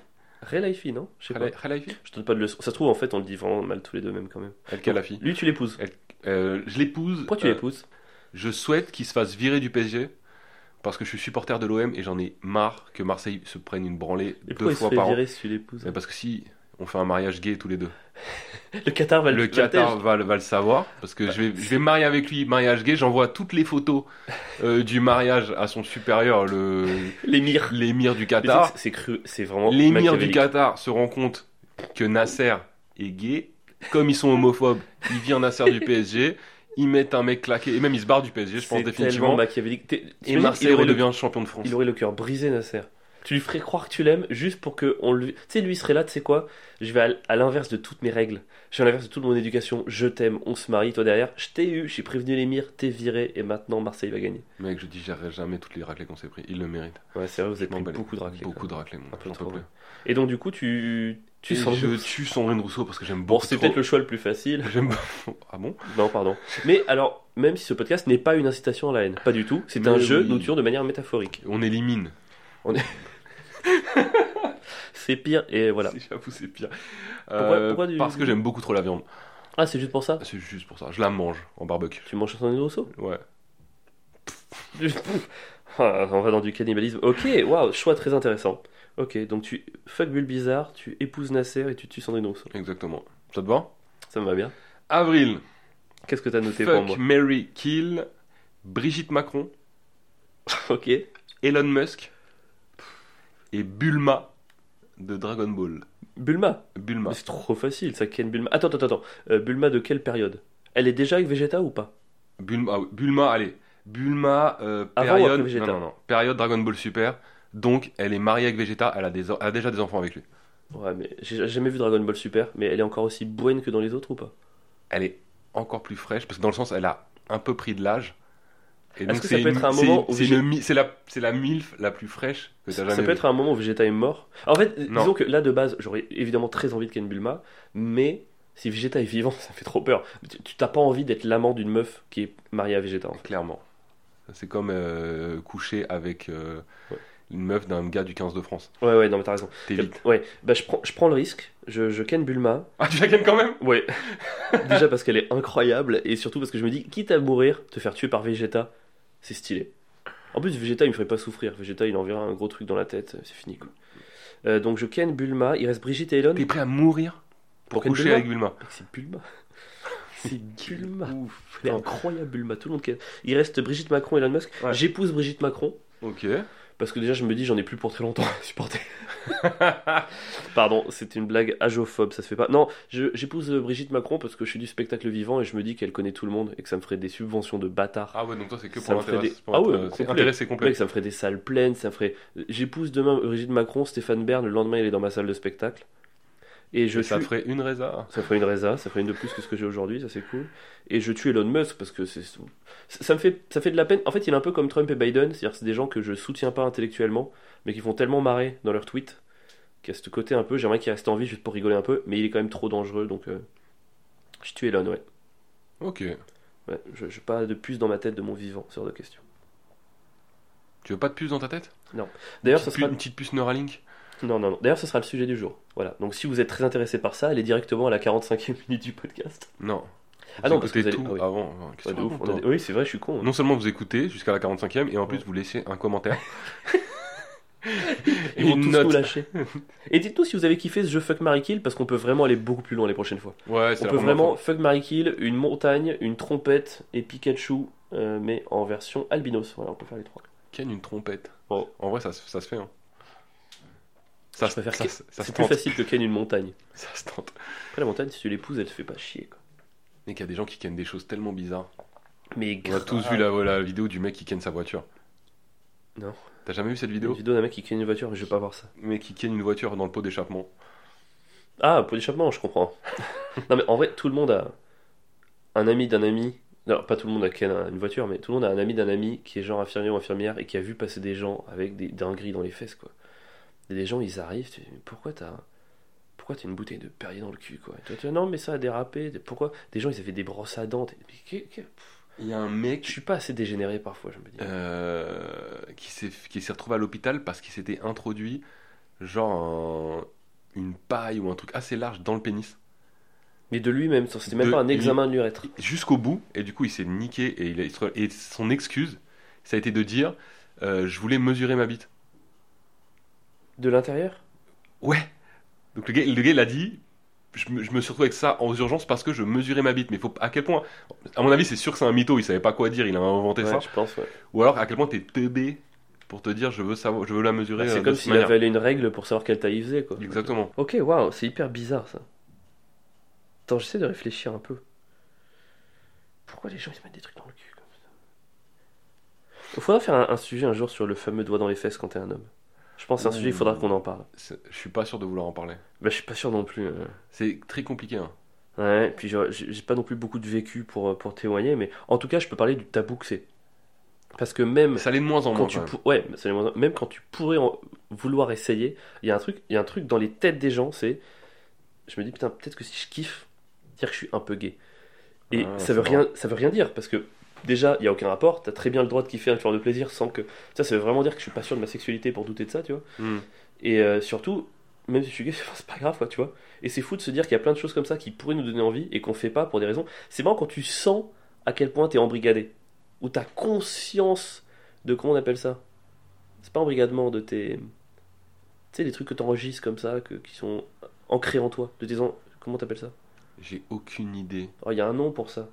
A: Relaifi, non Je sais pas.
B: Khala- Khalafi
A: Je te donne pas de leçon. Ça se trouve en fait on le dit vraiment mal tous les deux même quand même.
B: El Khalafi.
A: Lui tu l'épouses.
B: Euh, je l'épouse.
A: Pourquoi tu
B: euh,
A: l'épouses
B: Je souhaite qu'il se fasse virer du PSG parce que je suis supporter de l'OM et j'en ai marre que Marseille se prenne une branlée
A: Et pourquoi
B: deux
A: il se
B: fois
A: fait
B: par an.
A: virer si tu l'épouses
B: Mais parce que si on fait un mariage gay tous les deux,
A: Le Qatar va le
B: le
A: va le
B: Qatar
A: tèche.
B: va, le- va le savoir parce
A: Bah,
B: que je vais je vais me marier avec lui, mariage gay. J'envoie toutes les photos euh, du mariage à son supérieur, le
A: L'émir.
B: l'émir du
A: Mais c'est-
B: Qatar.
A: C'est cru, c'est vraiment.
B: L'émir du
A: machiavélique.
B: Qatar se rend compte que Nasser est gay. Comme ils sont homophobes, il vire Nasser du PSG. Ils mettent un mec claqué. Et même, il se barre du PSG, je pense,
A: C'est
B: définitivement.
A: tellement machiavélique. T'es-
B: Et
A: t'imagines, il
B: Marseille
A: aurait, le,
B: redevient champion de France.
A: il aurait le cœur brisé, Nasser. Tu lui ferais croire que tu l'aimes juste pour que on lui. Tu sais, lui il serait là, tu sais quoi Je vais à, l- à l'inverse de toutes mes règles. Je suis à l'inverse de toute mon éducation. Je t'aime, on se marie, toi derrière. Je t'ai eu, j'ai prévenu l'émir, t'es viré et maintenant Marseille va gagner.
B: Mec, je digérerai jamais toutes les raclées qu'on s'est pris. Il le mérite.
A: Ouais, c'est vrai, vous
B: Je
A: avez pris
B: m'en bats
A: beaucoup de raclés.
B: Beaucoup de raclées, mon
A: Un peu
B: j'en
A: trop,
B: peux plus.
A: ouais. Et donc, du coup, tu. Tu
B: Et
A: sens.
B: je tue Sandrine Rousseau parce que j'aime
A: Bon,
B: beaucoup
A: c'est
B: trop.
A: peut-être le choix le plus facile.
B: J'aime Ah bon
A: Non, pardon. Mais alors, même si ce podcast n'est pas une incitation à la haine, pas du tout, c'est
B: Mais
A: un jeu
B: oui.
A: nous tuons de manière métaphorique.
B: On élimine.
A: C'est pire, et voilà.
B: C'est- J'avoue, c'est pire.
A: Pourquoi-
B: Euh,
A: pourquoi du-
B: Parce que j'aime beaucoup trop la viande.
A: Ah, c'est juste pour ça
B: C'est juste pour ça. Je la mange en barbecue.
A: Tu manges sans Rousseau
B: Ouais.
A: Ah, On va dans du cannibalisme. Ok, waouh, choix très intéressant. Ok, donc tu fuck Bulle Bizarre, tu épouses Nasser et tu tues Sandrine Rousseau.
B: Exactement. Ça te va
A: Ça me va bien.
B: Avril.
A: Qu'est-ce que t'as noté pour
B: Fuck,
A: moi
B: Mary, Kill. Brigitte Macron.
A: Ok.
B: Elon Musk. Et Bulma de Dragon Ball.
A: Bulma.
B: Bulma.
A: Mais C'est trop facile, ça ken Bulma. Attends, attends, attends. Euh, Bulma de quelle période Elle est déjà avec Vegeta ou pas
B: Bulma, ah oui, Bulma, allez. Bulma, euh,
A: Avant ou
B: période.
A: après Vegeta
B: non, non, non. Période Dragon Ball Super. Donc, elle est mariée avec Vegeta. Elle a, des, en- elle a déjà des enfants avec lui.
A: Ouais, mais j'ai jamais vu Dragon Ball Super, mais elle est encore aussi boine que dans les autres ou pas
B: Elle est encore plus fraîche parce que dans le sens, elle a un peu pris de l'âge. Et
A: Est-ce que ça
B: c'est
A: peut
B: une-
A: être un
B: c'est-
A: moment où
B: c'est
A: j'ai-
B: une mi- C'est la, c'est la milf la plus fraîche que t'as
A: Ça,
B: jamais
A: ça peut
B: vue.
A: être un moment où Vegeta est mort. En fait,
B: Non.
A: disons que là de base, j'aurais évidemment très envie de Ken Bulma, mais si Vegeta est vivant, ça fait trop peur. Tu tu- t'as pas envie d'être l'amant d'une meuf qui est mariée à Vegeta. en fait.
B: Clairement. C'est comme euh, coucher avec euh,
A: Ouais.
B: une meuf d'un gars du 15 de France.
A: Ouais, ouais, non, mais t'as raison.
B: T'évites.
A: Ouais, bah je prends, je prends le risque, je, je Ken Bulma.
B: Ah, tu la gagnes quand même
A: Ouais, déjà parce qu'elle est incroyable et surtout parce que je me dis, quitte à mourir, te faire tuer par Vegeta, c'est stylé. En plus, Vegeta, il me ferait pas souffrir. Vegeta, il enverra un gros truc dans la tête, c'est fini quoi. Euh, donc je Ken Bulma, il reste Brigitte et Elon.
B: T'es prêt à mourir pour,
A: Pour Ken
B: coucher
A: Bulma
B: avec Bulma
A: Mec, C'est Bulma. C'est Bulma.
B: Ouf,
A: C'est incroyable Bulma. Tout le monde. qui- Il reste Brigitte Macron, Elon Musk.
B: Ouais.
A: J'épouse Brigitte Macron
B: Ok.
A: parce que déjà je me dis j'en ai plus pour très longtemps à supporter. Pardon, c'est une blague agophobe, ça se fait pas. Non, je- j'épouse euh, Brigitte Macron parce que je suis du spectacle vivant et je me dis qu'elle connaît tout le monde et que ça me ferait des subventions de bâtard.
B: Ah ouais, donc toi c'est que
A: Ça
B: pour
A: me ferait
B: l'intérêt.
A: des- Ah ouais,
B: c'est
A: complet.
B: intéressé
A: Mec,
B: complet.
A: ça me ferait des salles pleines, ça me ferait. euh, J'épouse demain Brigitte Macron, Stéphane Bern, le lendemain il est dans ma salle de spectacle. Et je
B: Et ça
A: tue-
B: te ferait une résa.
A: Ça ferait une résa, ça ferait une de plus que ce que j'ai aujourd'hui, ça c'est cool. Et je tue Elon Musk parce que c'est ça ça me fait ça fait de la peine. En fait, il est un peu comme Trump et Biden, c'est-à-dire que c'est des gens que je soutiens pas intellectuellement, mais qui font tellement marrer dans leurs tweets qu'à ce côté un peu, j'aimerais qu'il reste en vie juste pour rigoler un peu, mais il est quand même trop dangereux, donc euh, je tue Elon, ouais.
B: Ok.
A: ouais je, je pas de puce dans ma tête de mon vivant, c'est hors de question.
B: Tu veux pas de puce dans ta tête
A: D'ailleurs,
B: Petite
A: ça
B: pu-
A: sera
B: Une petite puce Neuralink
A: non non non. D'ailleurs, ce sera le sujet du jour. Voilà. Donc si vous êtes très intéressé par ça, allez directement à la 45e minute du podcast.
B: Non.
A: Ah non, parce que
B: Écoutez
A: vous allez-
B: tout
A: ah oui.
B: avant. Enfin, qu'est-ce
A: Ouais,
B: que
A: de
B: tu
A: ouf,
B: racontes,
A: on a
B: toi
A: des- Oui, c'est vrai, je suis con. hein.
B: Non seulement vous écoutez jusqu'à la 45e et en plus vous laissez un commentaire. et
A: Ils vont tous
B: une note.
A: nous lâcher. Et dites-nous si vous avez kiffé ce jeu Fuck Mary Kill parce qu'on peut vraiment aller beaucoup plus loin les prochaines fois.
B: Ouais, c'est
A: On
B: la
A: peut
B: première
A: vraiment
B: fois.
A: Fuck Mary Kill, une montagne, une trompette et Pikachu, euh, mais en version albinos. Voilà, on peut faire les trois.
B: Ken une trompette.
A: Oh.
B: En vrai, ça, se- ça se fait. Hein. Ça,
A: Je
B: se-
A: préfère
B: ça,
A: Ken.
B: se- ça se
A: C'est plus
B: tente.
A: facile que Ken une montagne.
B: Ça se tente.
A: Après la montagne, si tu l'épouses, elle te fait pas chier. Quoi.
B: Mais qu'il y a des gens qui kennent des choses tellement bizarres.
A: Mais
B: On a tous vu la, la vidéo du mec qui ken sa voiture.
A: Non.
B: T'as jamais vu cette
A: vidéo,
B: vidéo
A: vidéo d'un mec qui ken une voiture, mais je veux pas voir ça.
B: Mais qui ken une voiture dans le pot d'échappement.
A: Ah, pot d'échappement, je comprends. non, mais en vrai, tout le monde a un ami d'un ami. Non, pas tout le monde a ken une voiture, mais tout le monde a un ami d'un ami qui est genre infirmier ou infirmière et qui a vu passer des gens avec des dingueries dans les fesses, quoi. Et des gens, ils arrivent, tu dis, mais pourquoi t'as. Pourquoi t'as une bouteille de Perrier dans le cul, quoi Et toi, tu dis, non, mais ça a dérapé. Pourquoi Des gens, ils avaient des brosses à dents. T'es- mais qu'est- qu'est-
B: Il y a un
A: Je
B: mec
A: suis pas assez dégénéré parfois, je me dis.
B: euh, qui s'est qui s'est retrouvé à l'hôpital parce qu'il s'était introduit genre un- une paille ou un truc assez large dans le pénis
A: Mais de lui-même, ça, c'était même
B: de-
A: pas un
B: il-
A: examen de l'urètre.
B: jusqu'au bout et du coup il s'est niqué et, il a- il se- et son excuse ça a été de dire euh, je voulais mesurer ma bite.
A: De l'intérieur
B: Ouais. Donc le gars, le gars, il a dit, je me, je me suis retrouvé avec ça en urgence parce que je mesurais ma bite. Mais faut à quel point, à mon avis, c'est sûr que c'est un mytho. Il savait pas quoi dire, il a inventé
A: Ouais,
B: ça.
A: je pense, ouais.
B: Ou alors à quel point t'es teubé pour te dire, je veux savoir, je veux la mesurer. euh,
A: Bah, C'est
B: de
A: comme
B: cette
A: s'il
B: manière.
A: avait une règle pour savoir quelle taille il faisait, quoi.
B: Exactement.
A: Ok, waouh, c'est hyper bizarre ça. Attends, j'essaie de réfléchir un peu. Pourquoi les gens ils se mettent des trucs dans le cul comme ça Il faudra faire un, un sujet un jour sur le fameux doigt dans les fesses quand t'es un homme. Je pense que c'est un sujet, il faudra qu'on en parle.
B: C'est- Je suis pas sûr de vouloir en parler.
A: Bah, je suis pas sûr non plus. euh.
B: C'est très compliqué. hein.
A: Ouais, puis j'ai j'ai pas non plus beaucoup de vécu pour, euh, pour témoigner, mais en tout cas, je peux parler du tabou que c'est. Parce que même
B: Ça l'est de moins en
A: quand
B: moins.
A: tu,
B: quand même.
A: pour- ouais, mais c'est les moins- même quand tu pourrais en- vouloir essayer, il y a un truc, il y a un truc dans les têtes des gens, c'est, je me dis putain, peut-être que si je kiffe, dire que je suis un peu gay. Et
B: Ah,
A: ça
B: c'est
A: veut
B: marrant.
A: rien, ça veut rien dire parce que déjà, il y a aucun rapport. T'as très bien le droit de kiffer un genre de plaisir sans que ça, ça veut vraiment dire que je suis pas sûr de ma sexualité pour douter de ça, tu vois.
B: Hmm.
A: Et euh, surtout, même si je suis gay, c'est pas grave, quoi, tu vois. Et c'est fou de se dire qu'il y a plein de choses comme ça qui pourraient nous donner envie et qu'on fait pas pour des raisons. C'est marrant quand tu sens à quel point t'es embrigadé. Ou t'as conscience de comment on appelle ça. C'est pas embrigadement de tes. Tu sais, des trucs que t'enregistres comme ça, que, qui sont ancrés en toi. De tes en- Comment t'appelles ça
B: J'ai aucune idée.
A: Oh, Il y a un nom pour ça.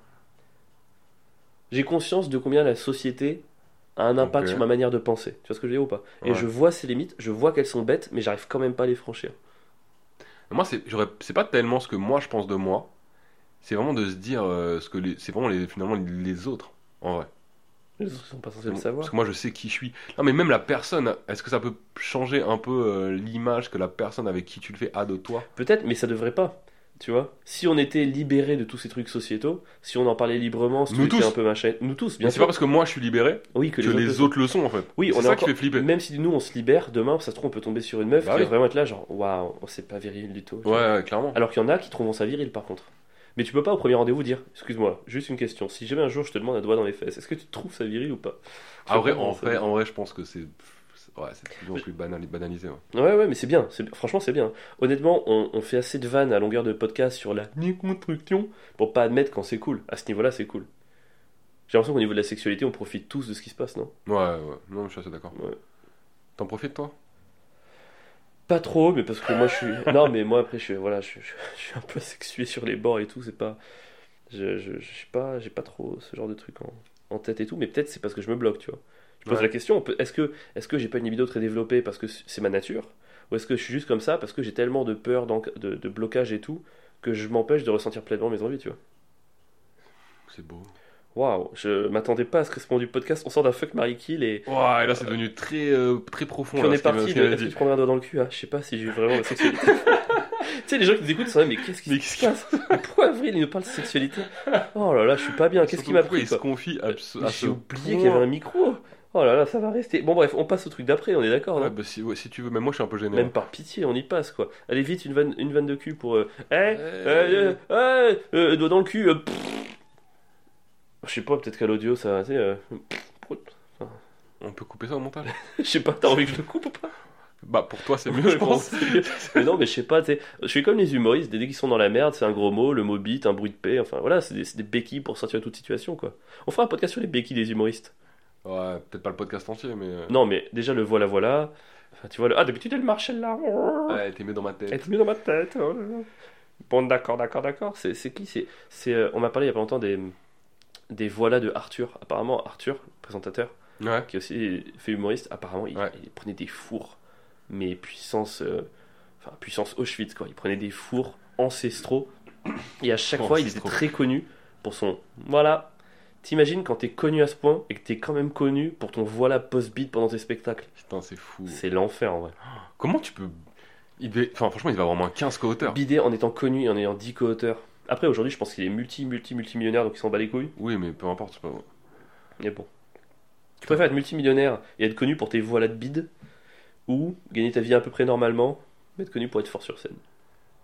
A: J'ai conscience de combien la société a un impact
B: Ok.
A: sur ma manière de penser. Tu vois ce que je veux dire ou pas Et
B: Ouais.
A: je vois ses limites, je vois qu'elles sont bêtes, mais j'arrive quand même pas à les franchir.
B: Moi, c'est j'aurais- c'est pas tellement ce que moi je pense de moi. C'est vraiment de se dire euh, ce que les- c'est vraiment les, finalement les autres en vrai.
A: Les autres sont pas censés le
B: Parce
A: savoir.
B: que moi, je sais qui je suis. Non, mais même la personne. Est-ce que ça peut changer un peu euh, l'image que la personne avec qui tu le fais a de toi
A: Peut-être, mais ça devrait pas. Tu vois Si on était libéré de tous ces trucs sociétaux, si on en parlait librement, si
B: Nous
A: tout
B: tous.
A: était un peu machin, nous tous, bien
B: Mais c'est pas
A: sûr.
B: parce que moi je suis libéré
A: Oui, que,
B: que
A: les, autres.
B: le sont en fait.
A: Oui,
B: c'est
A: on est
B: ça
A: encore-
B: qui fait flipper.
A: Même si nous on se libère, demain, ça se trouve, on peut tomber sur une meuf
B: Bah
A: qui
B: oui.
A: va vraiment être là, genre, waouh, on sait pas viril du tout.
B: Ouais, ouais, clairement.
A: Alors qu'il y en a qui trouveront ça viril par contre. Mais tu peux pas au premier rendez-vous dire, excuse-moi, juste une question, si jamais un jour je te demande un doigt dans les fesses, est-ce que tu trouves ça viril ou pas
B: Ah, vrai,
A: Tu vois,
B: en,
A: ça-
B: vrai, en vrai, je pense que c'est. pff, Ouais, c'est de plus en plus banal, banalisé. ouais.
A: Ouais, ouais, mais c'est bien, c'est- franchement c'est bien. Honnêtement, on, on fait assez de vannes à longueur de podcast sur la construction pour pas admettre quand c'est cool. À ce niveau-là, c'est cool. J'ai l'impression qu'au niveau de la sexualité, on profite tous de ce qui se passe, non
B: Ouais, ouais, non, je suis assez d'accord.
A: Ouais.
B: T'en profites toi
A: Pas trop, mais parce que moi je suis. Non, mais moi après, je suis, voilà, je, je- je suis un peu sexué sur les bords et tout, c'est pas. Je, je, je sais pas, j'ai pas trop ce genre de truc en, en tête et tout, mais peut-être c'est parce que je me bloque, tu vois. Je pose
B: Ouais.
A: la question, on peut- est-ce que, est que j'ai pas une libido très développée parce que c'est ma nature Ou est-ce que je suis juste comme ça parce que j'ai tellement de peur, d'en- de, de blocage et tout, que je m'empêche de ressentir pleinement mes envies, tu vois
B: C'est beau.
A: Waouh, je m'attendais pas à ce que ce moment du podcast, on sort d'un fuck Marie Kill et.
B: Ouais, et là c'est devenu très, euh, très profond.
A: Puis
B: là,
A: on est
B: ce qu'il m'a-
A: parti
B: ce
A: de.
B: qu'il m'a
A: Est-ce que
B: dit.
A: je prendrais un doigt dans le cul hein Je sais pas si j'ai eu vraiment la sexualité. tu sais, les gens qui nous écoutent sont là, mais qu'est-ce
B: Mais
A: qui
B: qu'est-ce
A: se
B: qui-
A: passe Pourquoi Avril il nous parle de sexualité Oh là là, je suis pas bien, qu'est-ce
B: Surtout
A: qui m'a
B: pourquoi
A: pris
B: Il se
A: quoi
B: confie à, ce-
A: Mais
B: à ce
A: J'ai oublié qu'il y
B: point.
A: avait un micro Oh là là, ça va rester. Bon, bref, on passe au truc d'après, on est d'accord
B: Ouais,
A: non
B: bah, si, ouais, si tu veux, même moi je suis un peu gêné. hein.
A: Même par pitié, on y passe quoi. Allez vite, une vanne, une vanne de cul pour. euh, Eh
B: Euh,
A: euh, euh, euh, euh, Doigt dans le cul euh, pfff. Je sais pas, peut-être qu'à l'audio ça. tu sais, euh, pfff.
B: On peut couper ça au montage
A: Je sais pas, t'as envie que je le coupe ou pas
B: Bah pour toi c'est mieux, je pense.
A: c'est mieux. mais non, mais je sais pas, tu sais, je suis comme les humoristes, dès qu'ils sont dans la merde, c'est un gros mot, le mot bite, un bruit de paix, enfin voilà, c'est des, c'est des béquilles pour sortir de toute situation, quoi. On fera un podcast sur les béquilles des humoristes.
B: Ouais, peut-être pas le podcast entier, mais. euh,
A: Non, mais déjà, le voilà, voilà. Enfin, tu vois, le... ah, d'habitude, elle marche, elle là.
B: Ouais, t'es mis dans ma
A: Elle
B: tête.
A: est mieux dans ma tête. oh là là. Bon, d'accord, d'accord, d'accord. C'est c'est qui C'est c'est, euh, On m'a parlé il y a pas longtemps des, des voilà de Arthur. Apparemment, Arthur, présentateur,
B: Ouais.
A: qui aussi fait humoriste, apparemment, il,
B: Ouais.
A: il prenait des fours, mais puissance, euh, enfin puissance Auschwitz quoi. Il prenait des fours ancestraux et à chaque fois il était
B: Ancestraux.
A: très connu pour son voilà. T'imagines quand t'es connu à ce point et que t'es quand même connu pour ton voilà post beat pendant tes spectacles,
B: Putain, c'est fou.
A: c'est l'enfer en vrai.
B: Comment tu peux. Il devait- Enfin, franchement, il va avoir moins 15 co-auteurs.
A: Bidé en étant connu et en ayant 10 co-auteurs. Après aujourd'hui je pense qu'il est multi multi multimillionnaire donc il s'en bat les couilles.
B: Oui, mais peu importe, c'est pas.
A: Mais bon. Tu préfères être multimillionnaire et être connu pour tes voilà de bide ou gagner ta vie à peu près normalement mais être connu pour être fort sur scène.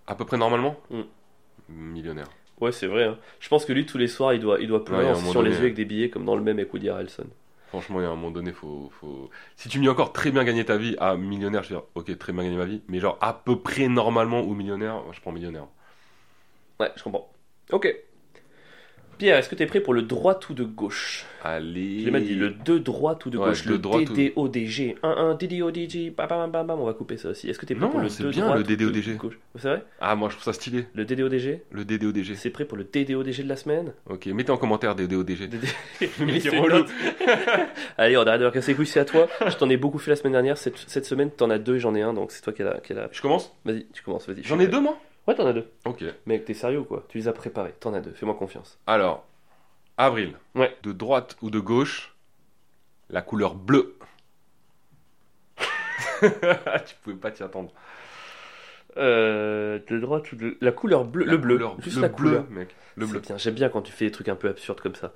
B: À peu près normalement
A: Mm.
B: Millionnaire.
A: Ouais, c'est vrai. hein. Je pense que lui, tous les soirs, il doit, il doit pleurer
B: Ouais, à un
A: en
B: moment
A: sur les
B: donné,
A: yeux avec des billets comme dans le même avec Woody Harrelson.
B: Franchement, il y a un moment donné, faut, faut. Si tu me dis encore très bien gagner ta vie à millionnaire, je vais dire, ok, très bien gagner ma vie, mais genre à peu près normalement ou millionnaire, moi, je prends millionnaire.
A: Ouais, je comprends. Ok. Pierre, est-ce que t'es prêt pour le droit ou de gauche
B: Allez.
A: Je l'ai même dit, le 2 droit ou de
B: Ouais,
A: gauche,
B: le
A: le
B: droit tout-
A: DDODG. 1 1 DDODG, bam bam bam bam, on va couper ça aussi. Est-ce que t'es prêt
B: Non,
A: pour le
B: c'est
A: 2
B: bien,
A: droit
B: le
A: ou de
B: DDODG.
A: gauche C'est vrai
B: Ah, moi, je trouve ça stylé,
A: Le DDODG
B: le DDODG.
A: C'est prêt pour le DDODG de la semaine
B: Ok, mettez en commentaire DDODG.
A: DD...
B: mec
A: Il
B: est
A: fait une
B: relou.
A: note. Allez, on arrête de leur casser les couilles, c'est à toi. Je t'en ai beaucoup fait la semaine dernière, cette, cette semaine t'en as deux, j'en ai un, donc c'est toi qui as la- qui as la...
B: Je commence
A: Vas-y, tu commences, vas-y. je
B: J'en
A: suis
B: ai
A: prêt.
B: deux, moi
A: Ouais, t'en as deux.
B: Ok.
A: Mec, t'es sérieux ou quoi Tu les as préparés, t'en as deux, fais-moi confiance.
B: Alors, Avril.
A: Ouais.
B: De droite ou de gauche, la couleur bleue. tu pouvais pas t'y attendre.
A: Euh, de droite ou de... La couleur bleue.
B: La
A: le bleu.
B: couleur-
A: Juste
B: le
A: la
B: bleu,
A: couleur.
B: mec. Le
A: C'est
B: bleu.
A: bien, J'aime bien quand tu fais des trucs un peu absurdes comme ça.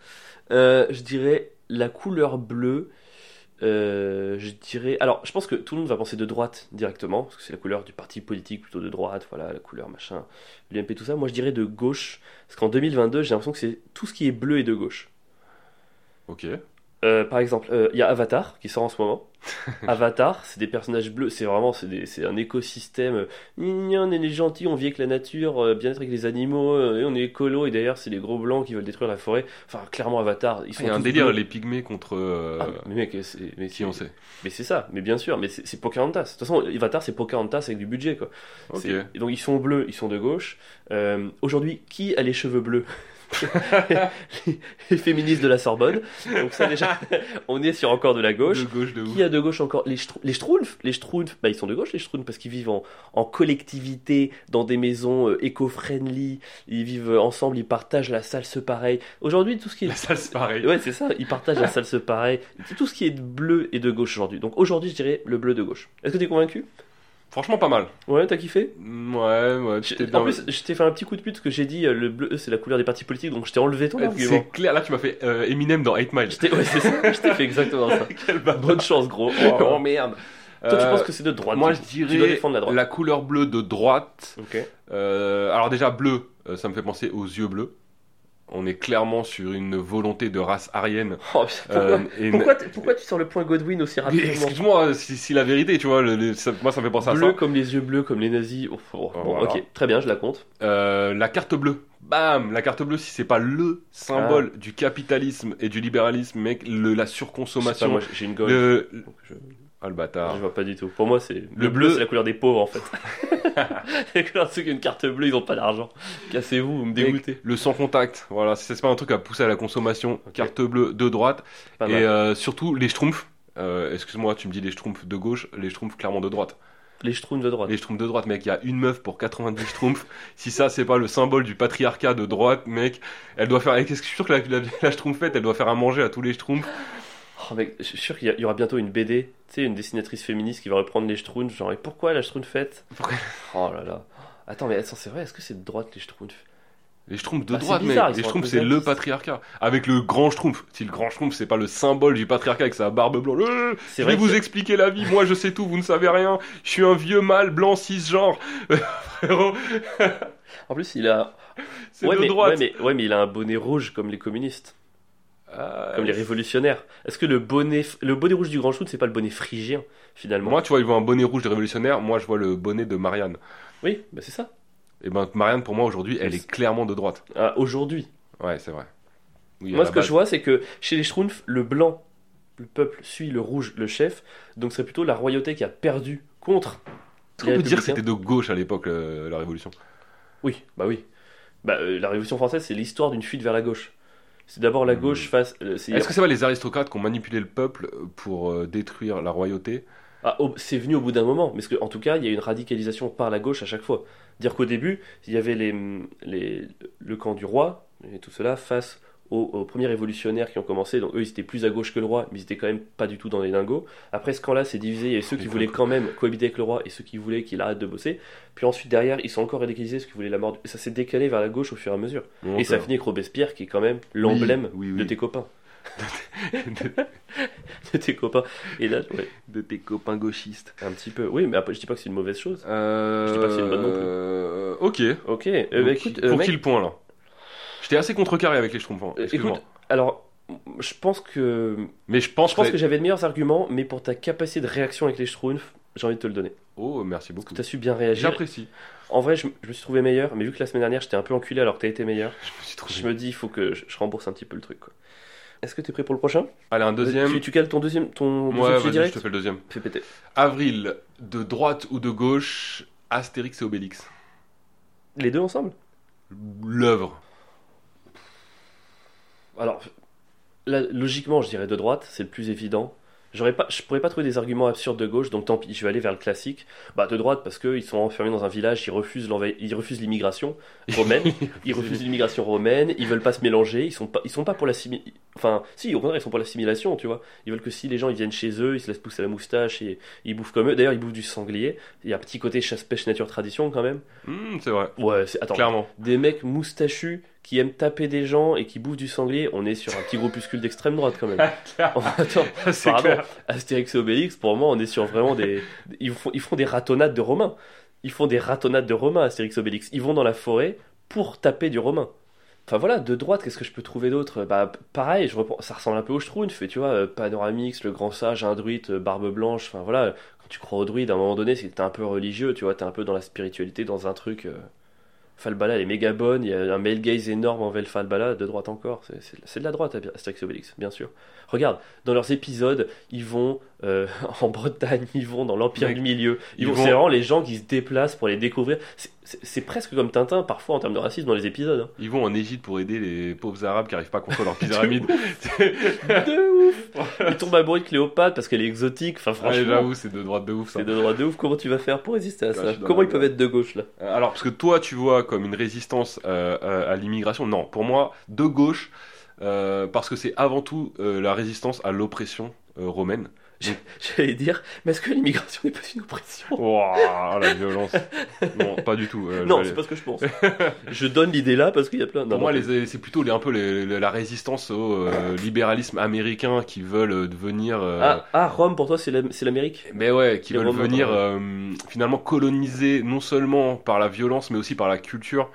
A: Euh, je dirais la couleur bleue. euh, je dirais. Alors, je pense que tout le monde va penser de droite directement, parce que c'est la couleur du parti politique plutôt de droite, voilà, la couleur machin, l'UMP, tout ça. Moi, je dirais de gauche, parce qu'en 2022, j'ai l'impression que c'est tout ce qui est bleu est de gauche.
B: Ok.
A: Euh, par exemple, euh, il y a Avatar qui sort en ce moment. Avatar, c'est des personnages bleus, c'est vraiment c'est des- c'est un écosystème. euh, Mignon, on est les gentils, on vit avec la nature, euh, bien-être avec les animaux, euh, et on est écolo, et d'ailleurs, c'est les gros blancs qui veulent détruire la forêt. Enfin, clairement, Avatar, ils sont.
B: Il y a un
A: tous
B: délire,
A: bleus.
B: les pygmées contre. euh,
A: Ah, mais mec, c'est. Mais
B: Qui
A: c'est-
B: on sait.
A: mais c'est ça, mais bien sûr, mais c'est c'est Pocahontas. De toute façon, Avatar, c'est Pocahontas avec du budget, quoi.
B: Ok.
A: C'est- et Donc ils sont bleus, ils sont de gauche. Euh, Aujourd'hui, qui a les cheveux bleus les, les féministes de la Sorbonne. Donc ça déjà, on est sur encore de la gauche.
B: De gauche, de ouf.
A: Qui a de gauche encore les, Strou- les Schtroumpfs Les Schtroumpfs, bah, ils sont de gauche les Schtroumpfs parce qu'ils vivent en, en collectivité, dans des maisons euh, éco-friendly, ils vivent euh, ensemble, ils partagent la salse pareil. Aujourd'hui, tout ce qui est...
B: La salle, c'est pareil.
A: Ouais, c'est ça, ils partagent la salse pareil. Tout ce qui est de bleu et de gauche aujourd'hui. Donc aujourd'hui, je dirais le bleu de gauche. Est-ce que t'es convaincu
B: Franchement, pas mal.
A: Ouais, t'as kiffé
B: Ouais, ouais.
A: je-
B: tu t'es
A: en
B: bien-
A: plus, je t'ai fait un petit coup de pute parce que j'ai dit euh, le bleu c'est la couleur des partis politiques, donc je t'ai enlevé ton
B: Ouais,
A: argument.
B: c'est clair. Là, tu m'as fait euh, Eminem dans 8 Mile.
A: Je t'ai- ouais, c'est ça, je t'ai fait exactement ça.
B: Quel bâtard.
A: Bonne chance, gros. Oh,
B: Oh,
A: merde. Toi, tu
B: Euh,
A: penses que c'est de droite
B: Moi,
A: tu-
B: je dirais
A: Tu dois défendre la droite.
B: la couleur bleue de droite.
A: Ok.
B: Euh, alors déjà bleu, euh, ça me fait penser aux yeux bleus. On est clairement sur une volonté de race aryenne.
A: Oh, putain, pourquoi,
B: euh, et une-
A: pourquoi tu- pourquoi tu sors le point Godwin aussi
B: Mais
A: rapidement
B: Excuse-moi, euh, si, si la vérité, tu vois, le- le- ça- moi ça me fait penser
A: Bleu
B: à
A: comme les yeux bleus, comme les nazis. Oh, oh,
B: Oh,
A: bon,
B: voilà.
A: ok, très bien, je la compte.
B: ça. Euh, la carte bleue. Bam, la carte bleue, si c'est pas le
A: Ah.
B: symbole du capitalisme et du libéralisme, mec, le- la
A: Je sais pas,
B: surconsommation.
A: moi, j'ai une gueule.
B: le...
A: donc Je,
B: Ah le
A: je
B: bâtard.
A: vois pas du tout. Pour moi, c'est le,
B: bleu-
A: bleu, c'est la couleur des pauvres en fait. la couleur de ceux qui ont une carte bleue, ils ont pas d'argent. Cassez-vous, vous me
B: Mec,
A: dégoûtez.
B: Le sans contact, voilà, c'est c'est pas un truc à pousser à la consommation.
A: Ok.
B: Carte bleue de droite.
A: Pas
B: Et
A: mal.
B: euh, surtout les schtroumpfs. Euh, Excuse-moi, tu me dis les schtroumpfs de gauche, les schtroumpfs clairement de droite.
A: Les schtroumpfs de droite.
B: Les schtroumpfs de droite, mec, il y a une meuf pour 90 schtroumpfs. si ça, c'est pas le symbole du patriarcat de droite, mec, elle doit faire. et qu'est-ce que- Je suis sûr que la, la, la schtroumpfette, elle doit faire à manger à tous les schtroumpfs.
A: Oh mec, je suis sûr qu'il y, a- il y aura bientôt une BD, tu sais, une dessinatrice féministe qui va reprendre les Schtroumpfs, genre, et pourquoi la Schtroumpfette
B: Pourquoi
A: Oh là là. Attends, mais attends, c'est vrai, est-ce que c'est de droite les Schtroumpfs
B: Les schtroumpfs de
A: Ah, c'est
B: droite,
A: bizarre,
B: mec.
A: ils
B: Les
A: sont un
B: schtroumpfs,
A: peu
B: c'est le
A: zadistes.
B: patriarcat. Avec le grand schtroumpf. Si le grand schtroumpf, c'est pas le symbole du patriarcat avec sa barbe blanche. Euh,
A: C'est
B: je vais
A: vrai,
B: vous
A: que-
B: expliquer la vie. Moi, je sais tout, vous ne savez rien. Je suis un vieux mâle blanc cisgenre. Frérot,
A: en plus, il a.
B: c'est
A: ouais,
B: de
A: mais,
B: droite.
A: Ouais mais, ouais, mais il a un bonnet rouge comme les communistes,
B: Ah,
A: comme les révolutionnaires. Est-ce que le bonnet, f- le bonnet rouge du grand Schtroumpf, c'est pas le bonnet phrygien, finalement
B: Moi, tu vois, il voit un bonnet rouge de révolutionnaire. Moi, je vois le bonnet de Marianne.
A: Oui, bah c'est ça.
B: Et ben, Marianne, pour moi, aujourd'hui, elle est clairement de droite.
A: Ah, Aujourd'hui.
B: Ouais, c'est vrai. Oui, à
A: Moi,
B: la
A: ce que
B: base.
A: je vois, c'est que chez les Schtroumpfs, le blanc, le peuple, suit le rouge, le chef, donc c'est plutôt la royauté qui a perdu contre
B: Est-ce qu'on
A: les
B: peut dire
A: républicains.
B: que c'était de gauche à l'époque, euh, la révolution
A: Oui, bah oui. Bah, euh, la Révolution française, c'est l'histoire d'une fuite vers la gauche. C'est d'abord la gauche face. euh, c'est
B: Hmm. Est-ce que c'est pas les aristocrates qui ont manipulé le peuple pour euh, détruire la royauté
A: Ah, oh, c'est venu au bout d'un moment, mais parce que, en tout cas, il y a eu une radicalisation par la gauche à chaque fois. Dire qu'au début, il y avait les, les, le camp du roi et tout cela face aux, aux premiers révolutionnaires qui ont commencé. Donc eux, ils étaient plus à gauche que le roi, mais ils étaient quand même pas du tout dans les lingots. Après, ce camp-là s'est divisé. Il y a ceux qui
B: Les
A: voulaient
B: dingos.
A: quand même cohabiter avec le roi et ceux qui voulaient qu'il arrête de bosser. Puis ensuite, derrière, ils sont encore radicalisés parce qu'ils voulaient la mort. du- Ça s'est décalé vers la gauche au fur et à mesure. Et ça finit avec Robespierre, qui est quand même l'emblème
B: Oui, oui,
A: de
B: oui.
A: tes copains.
B: de,
A: De tes copains. Et là, ouais,
B: de tes copains gauchistes.
A: un petit peu. Oui, mais après, je dis pas que c'est une mauvaise chose.
B: Euh...
A: Je dis pas que c'est une bonne non plus.
B: euh, Ok.
A: Ok, euh, bah,
B: Donc,
A: écoute, euh,
B: pour
A: mec,
B: qui le point là J'étais assez contrecarré avec les schtroumpfs. hein.
A: euh,
B: Excuse-moi.
A: écoute, alors, je pense que
B: Mais je pense,
A: je pense
B: que.
A: que j'avais de meilleurs arguments, mais pour ta capacité de réaction avec les Schtroumpfs, j'ai envie de te le donner.
B: Oh, merci
A: Parce
B: beaucoup.
A: que t'as su bien réagir.
B: J'apprécie.
A: En vrai, je, je me suis trouvé meilleur, mais vu que la semaine dernière, j'étais un peu enculé alors que t'as été meilleur,
B: Je me suis trouvé.
A: je me dis, il faut que je, je rembourse un petit peu le truc, quoi. Est-ce que t'es prêt pour le prochain
B: Allez, un deuxième.
A: Tu, tu cales ton deuxième, ton deuxième
B: Ouais,
A: sujet
B: vas-y, je
A: direct
B: te fais le deuxième.
A: Fais péter.
B: Avril, de droite ou de gauche, Astérix et Obélix.
A: Les deux ensemble
B: L'œuvre.
A: Alors, là, logiquement, je dirais de droite, c'est le plus évident. J'aurais pas, je pourrais pas trouver des arguments absurdes de gauche, donc tant pis, je vais aller vers le classique. Bah, de droite, parce qu'ils sont enfermés dans un village, ils refusent l'envahi- ils refusent l'immigration romaine, ils refusent l'immigration romaine, ils veulent pas se mélanger, ils sont pas, ils sont pas pour l'assimilation. Enfin, si, au contraire, ils sont pour l'assimilation, tu vois. Ils veulent que si les gens ils viennent chez eux, ils se laissent pousser la moustache et ils bouffent comme eux. D'ailleurs, ils bouffent du sanglier. Il y a un petit côté chasse-pêche nature-tradition quand même.
B: Hmm, c'est vrai.
A: Ouais, c'est, attends,
B: Clairement.
A: des mecs moustachus qui aiment taper des gens et qui bouffent du sanglier, on est sur un petit groupuscule d'extrême droite quand même. Attends,
B: c'est
A: pardon.
B: clair.
A: Astérix et Obélix, pour moi, on est sur vraiment des. Ils font, ils font des ratonnades de Romains. Ils font des ratonnades de Romains, Astérix et Obélix. Ils vont dans la forêt pour taper du Romain. Enfin voilà, de droite, qu'est-ce que je peux trouver d'autre Bah p- pareil, je reprends- ça ressemble un peu au Schtroumpf, tu vois, euh, Panoramix, le grand sage, un druide, euh, barbe blanche, enfin voilà, quand tu crois au druide, à un moment donné, c'est que t'es un peu religieux, tu vois, t'es un peu dans la spiritualité, dans un truc... euh, Falbala, elle est méga bonne, il y a un male gaze énorme envers le Falbala, de droite encore, c'est- c'est c'est de la droite, Asterix et Obélix, bien sûr. Regarde, dans leurs épisodes, ils vont euh, en Bretagne, ils vont dans l'Empire
B: Mec,
A: du Milieu. Ils
B: ils
A: vont...
B: vont-
A: C'est vraiment les gens qui se déplacent pour les découvrir. C'est- C'est c'est presque comme Tintin, parfois, en termes de racisme dans les épisodes. hein.
B: Ils vont en Égypte pour aider les pauvres arabes qui arrivent pas à construire leur pyramide.
A: De ouf Ils tombent amoureux de Cléopâtre parce qu'elle est exotique. Enfin,
B: Ouais,
A: franchement,
B: Ah, J'avoue, c'est de droite de ouf ça.
A: c'est de droite de ouf. Comment tu vas faire pour résister à
B: Ouais, je
A: ça
B: suis dans
A: Comment
B: la
A: ils peuvent être de gauche, là
B: Euh, Alors, parce que toi, tu vois comme une résistance euh, euh, à l'immigration. Non, pour moi, de gauche, euh, parce que c'est avant tout euh, la résistance à l'oppression euh, romaine.
A: J'allais dire, mais est-ce que l'immigration n'est pas une oppression
B: Ouah, la violence. non, pas du tout. euh,
A: Non,
B: Bah, je-
A: c'est pas ce que je pense. je donne l'idée là parce qu'il y a plein... Non,
B: Pour moi,
A: non,
B: les- c'est plutôt les- un peu les- les- la résistance au euh, libéralisme américain qui veulent euh, devenir. euh,
A: Ah, ah, Rome, pour toi, c'est l'Am- c'est l'Amérique
B: Mais ouais, qui
A: Les
B: veulent
A: Romains,
B: venir
A: ouais.
B: euh, finalement coloniser non seulement par la violence mais aussi par la culture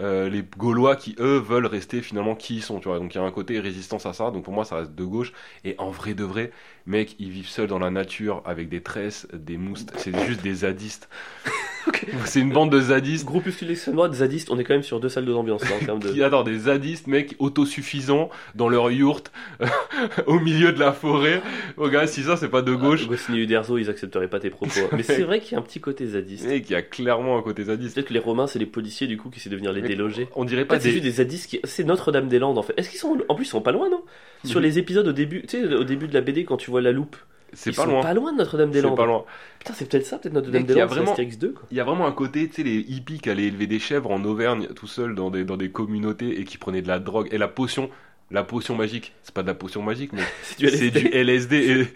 B: euh, les Gaulois qui eux veulent rester finalement qui ils sont, tu vois. Donc il y a un côté résistance à ça, donc pour moi ça reste de gauche. Et en vrai de vrai, mec, ils vivent seuls dans la nature avec des tresses, des moustes, c'est juste des zadistes.
A: Ok.
B: C'est une bande de zadistes.
A: Groupuscule d'extrême droite, zadiste, on est quand même sur deux salles de ambiance là, en termes de.
B: Qui, attends, des zadistes, mec, autosuffisants dans leur yourte au milieu de la forêt. Oh gars, si ça c'est pas de gauche,
A: Ah, Goscinny et Uderzo, ils accepteraient pas tes propos. hein. Mais c'est vrai qu'il y a un petit côté zadiste.
B: mec, il y a clairement un côté zadiste.
A: Peut-être que les Romains, c'est les policiers du coup qui essaient de venir les
B: Mais-
A: déloger.
B: On dirait pas
A: Peut-être c'est
B: des,
A: juste des zadistes qui. C'est Notre-Dame-des-Landes en fait. Est-ce qu'ils sont. En plus, ils sont pas loin, non
B: Mhm.
A: Sur les épisodes au début, tu sais, au début de la BD, quand tu vois la loupe,
B: C'est
A: ils
B: pas
A: sont
B: loin.
A: pas loin de
B: C'est
A: Notre-Dame-des-Landes.
B: pas loin.
A: Putain, c'est peut-être ça, peut-être
B: Mec, il y a
A: Notre-Dame-des-Landes, c'est
B: vraiment-
A: Astérix 2, quoi.
B: Il y a vraiment un côté, tu sais, les hippies qui allaient élever des chèvres en Auvergne tout seuls dans des, dans des communautés et qui prenaient de la drogue. Et la potion, la potion magique, c'est pas de la potion magique, mais
A: C'est du
B: c'est
A: LSD.
B: du LSD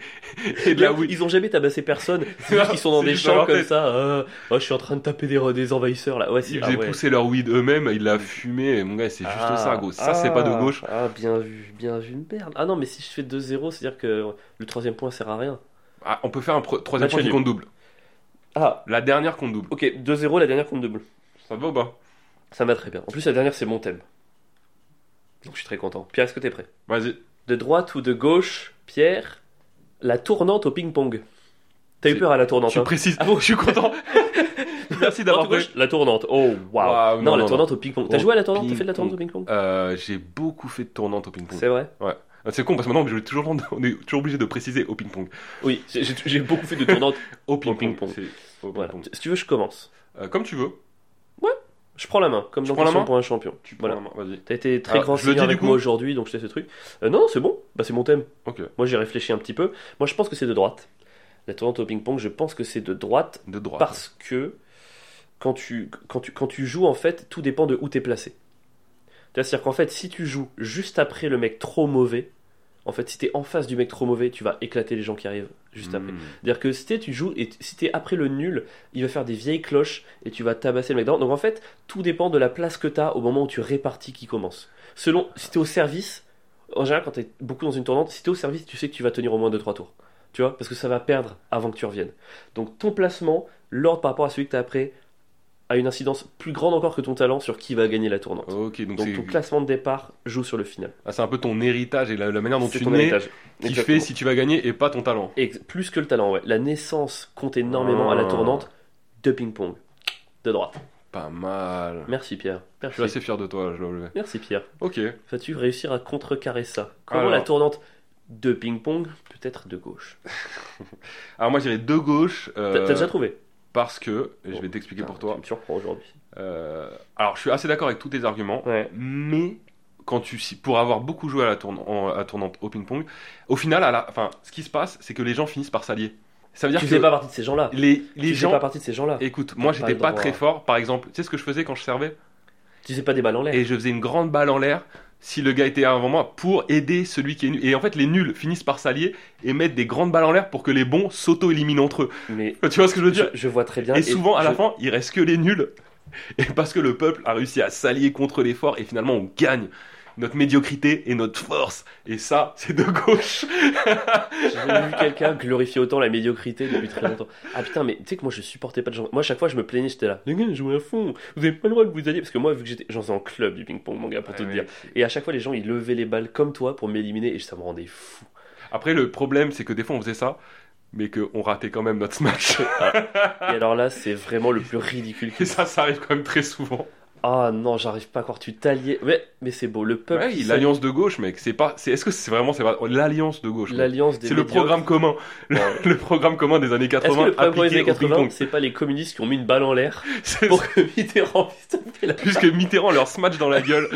B: et, et de la weed.
A: Ils ont jamais tabassé personne. C'est juste qu'ils sont dans
B: C'est
A: des
B: juste dans
A: champs
B: leur
A: comme
B: tête.
A: ça. euh, oh, je suis en train de taper des, des envahisseurs là. Ouais, c'est
B: Ils
A: ah
B: faisaient
A: ouais.
B: pousser leur weed eux-mêmes, ils la fumaient. Et Mon gars, c'est juste
A: Ah,
B: ça, gros. Ça, c'est pas de
A: ah,
B: gauche.
A: Ah, bien vu, bien vu, merde. Ah non, mais si je fais 2-0, c'est-à-dire que le troisième point sert à rien.
B: Ah, on peut faire un pro- troisième
A: Match
B: point qui
A: nul.
B: compte double.
A: Ah,
B: La dernière compte double.
A: ok, 2-0, la dernière compte double.
B: Ça te va ou pas
A: Ça va très bien. En plus, la dernière, c'est mon thème. Donc je suis très content. Pierre, est-ce que t'es prêt
B: Vas-y.
A: De droite ou de gauche, Pierre, la tournante au ping-pong. T'as eu
B: C'est-
A: peur à la tournante,
B: Je suis
A: hein
B: précise.
A: Ah bon
B: Oh, je suis content. Merci d'avoir
A: Droite ou
B: fait.
A: gauche, La tournante. Oh, waouh.
B: Waouh,
A: non,
B: non,
A: la
B: non,
A: tournante au ping-pong. T'as
B: Au
A: joué à la tournante T'as fait de la
B: ping-pong.
A: tournante au ping-pong
B: Euh, J'ai beaucoup fait de tournante au ping-pong.
A: C'est vrai
B: Ah, C'est con parce que maintenant je vais toujours- on est toujours obligé de préciser au ping-pong.
A: Oui, j'ai- j'ai j'ai beaucoup fait de tournantes.
B: Au
A: ping-pong.
B: ping-pong. c'est au
A: voilà.
B: ping-pong.
A: Si tu veux, je commence.
B: Euh, comme tu veux.
A: Je prends la main, comme
B: Tu
A: dans
B: prends la
A: Question
B: main
A: pour un champion.
B: Tu prends
A: Voilà.
B: la main, vas-y.
A: T'as été très
B: Ah,
A: grand
B: je le
A: seigneur
B: dis, du
A: avec moi
B: coup
A: aujourd'hui, donc je te laisse ce truc. Euh, non, non, c'est bon. Bah, c'est mon thème.
B: Ok.
A: Moi, j'ai réfléchi un petit peu. Moi, je pense que c'est de droite. La tournante au ping-pong, je pense que c'est de droite
B: De droite.
A: parce que quand tu, quand, tu, quand tu joues, en fait, tout dépend de où t'es placé. C'est-à-dire qu'en fait, si tu joues juste après le mec trop mauvais, en fait, si t'es en face du mec trop mauvais, tu vas éclater les gens qui arrivent juste après.
B: Mm.
A: C'est-à-dire que si t'es- tu joues et t- si t'es après le nul, il va faire des vieilles cloches et tu vas tabasser le mec dedans. Donc en fait, tout dépend de la place que t'as au moment où tu répartis qui commence. Selon si t'es au service, en général quand t'es beaucoup dans une tournante, si t'es au service, tu sais que tu vas tenir au moins 2-3 tours. Tu vois, parce que ça va perdre avant que tu reviennes. Donc ton placement, l'ordre par rapport à celui que t'as après, a une incidence plus grande encore que ton talent sur qui va gagner la tournante.
B: Ok, donc
A: Donc
B: Euh, c'est
A: ton classement de départ joue sur le final.
B: ah, c'est un peu ton héritage et la, la manière dont
A: C'est
B: Ah, tu
A: ton
B: nais
A: héritage.
B: qui
A: Exactement.
B: fait si tu vas gagner et pas ton talent.
A: Ex- plus que le talent, ouais. La naissance compte énormément à la
B: Ah.
A: tournante de ping-pong. De droite.
B: Pas mal.
A: Merci Pierre.
B: Je
A: Merci,
B: suis assez fier de toi, je dois le lever.
A: Merci Pierre.
B: Ok.
A: Vas-tu réussir à contrecarrer ça Comment
B: Alors.
A: la tournante de ping-pong Peut-être de gauche.
B: Alors moi j'irai de gauche
A: T'as
B: euh,
A: t'as déjà trouvé
B: parce que et je
A: Oh,
B: vais t'expliquer
A: Putain,
B: pour toi.
A: Tu me surprends aujourd'hui.
B: Euh, alors je suis assez d'accord avec tous tes arguments,
A: Ouais.
B: mais quand tu si- pour avoir beaucoup joué à la tourne, en- à tournante au ping-pong, au final, à la, enfin, ce qui se passe, c'est que les gens finissent par s'allier. Ça veut dire
A: Tu
B: que
A: faisais pas partie de ces gens-là.
B: les, les
A: Tu faisais
B: gens.
A: pas partie de ces gens-là.
B: Écoute, moi
A: T'as pas
B: j'étais
A: le
B: pas
A: droit.
B: très fort, par exemple. Tu sais ce que je faisais quand je servais
A: Tu faisais pas des balles en l'air.
B: et je faisais une grande balle en l'air si le gars était avant moi pour aider celui qui est nul. Et en fait, les nuls finissent par s'allier et mettre des grandes balles en l'air pour que les bons s'auto-éliminent entre eux.
A: Mais
B: Tu vois ce que je veux
A: je,
B: dire
A: je vois très bien.
B: Et souvent, à la
A: je-
B: fin, il reste que les nuls. Et parce que le peuple a réussi à s'allier contre les forts et finalement on gagne. Notre médiocrité et notre force. Et ça, c'est de gauche.
A: J'ai jamais vu quelqu'un glorifier autant la médiocrité depuis très longtemps. Ah putain, mais tu sais que moi je supportais pas de gens. Moi, à chaque fois, je me plaignais, j'étais là. Les gars, jouez à fond. Vous avez pas le droit de vous allier. Parce que moi, vu que j'étais. J'en faisais en club du ping-pong, mon gars,
B: Ah
A: pour tout te dire. Et à chaque fois, les gens, ils levaient les balles comme toi pour m'éliminer et ça me rendait fou.
B: Après, le problème, c'est que des fois on faisait ça, mais qu'on ratait quand même notre match.
A: Et alors là, c'est vraiment le plus ridicule.
B: Et ça, ça arrive quand même très souvent.
A: Ah non, j'arrive pas à croire, tu t'alliais. Mais, mais c'est beau, le peuple.
B: Ouais,
A: qui s'allie-
B: l'alliance de gauche, mec, c'est pas. C'est, est-ce que c'est vraiment c'est pas- l'alliance de gauche mec.
A: L'alliance des.
B: C'est le
A: médiocres.
B: programme commun, le, le programme commun des années
A: Est-ce que
B: 80
A: le problème
B: appliqué
A: des années
B: au
A: 80,
B: ping-pong.
A: c'est pas les communistes qui ont mis une balle en l'air
B: C'est-
A: pour que Mitterrand puisse taper la
B: Puisque Mitterrand leur smash dans la gueule.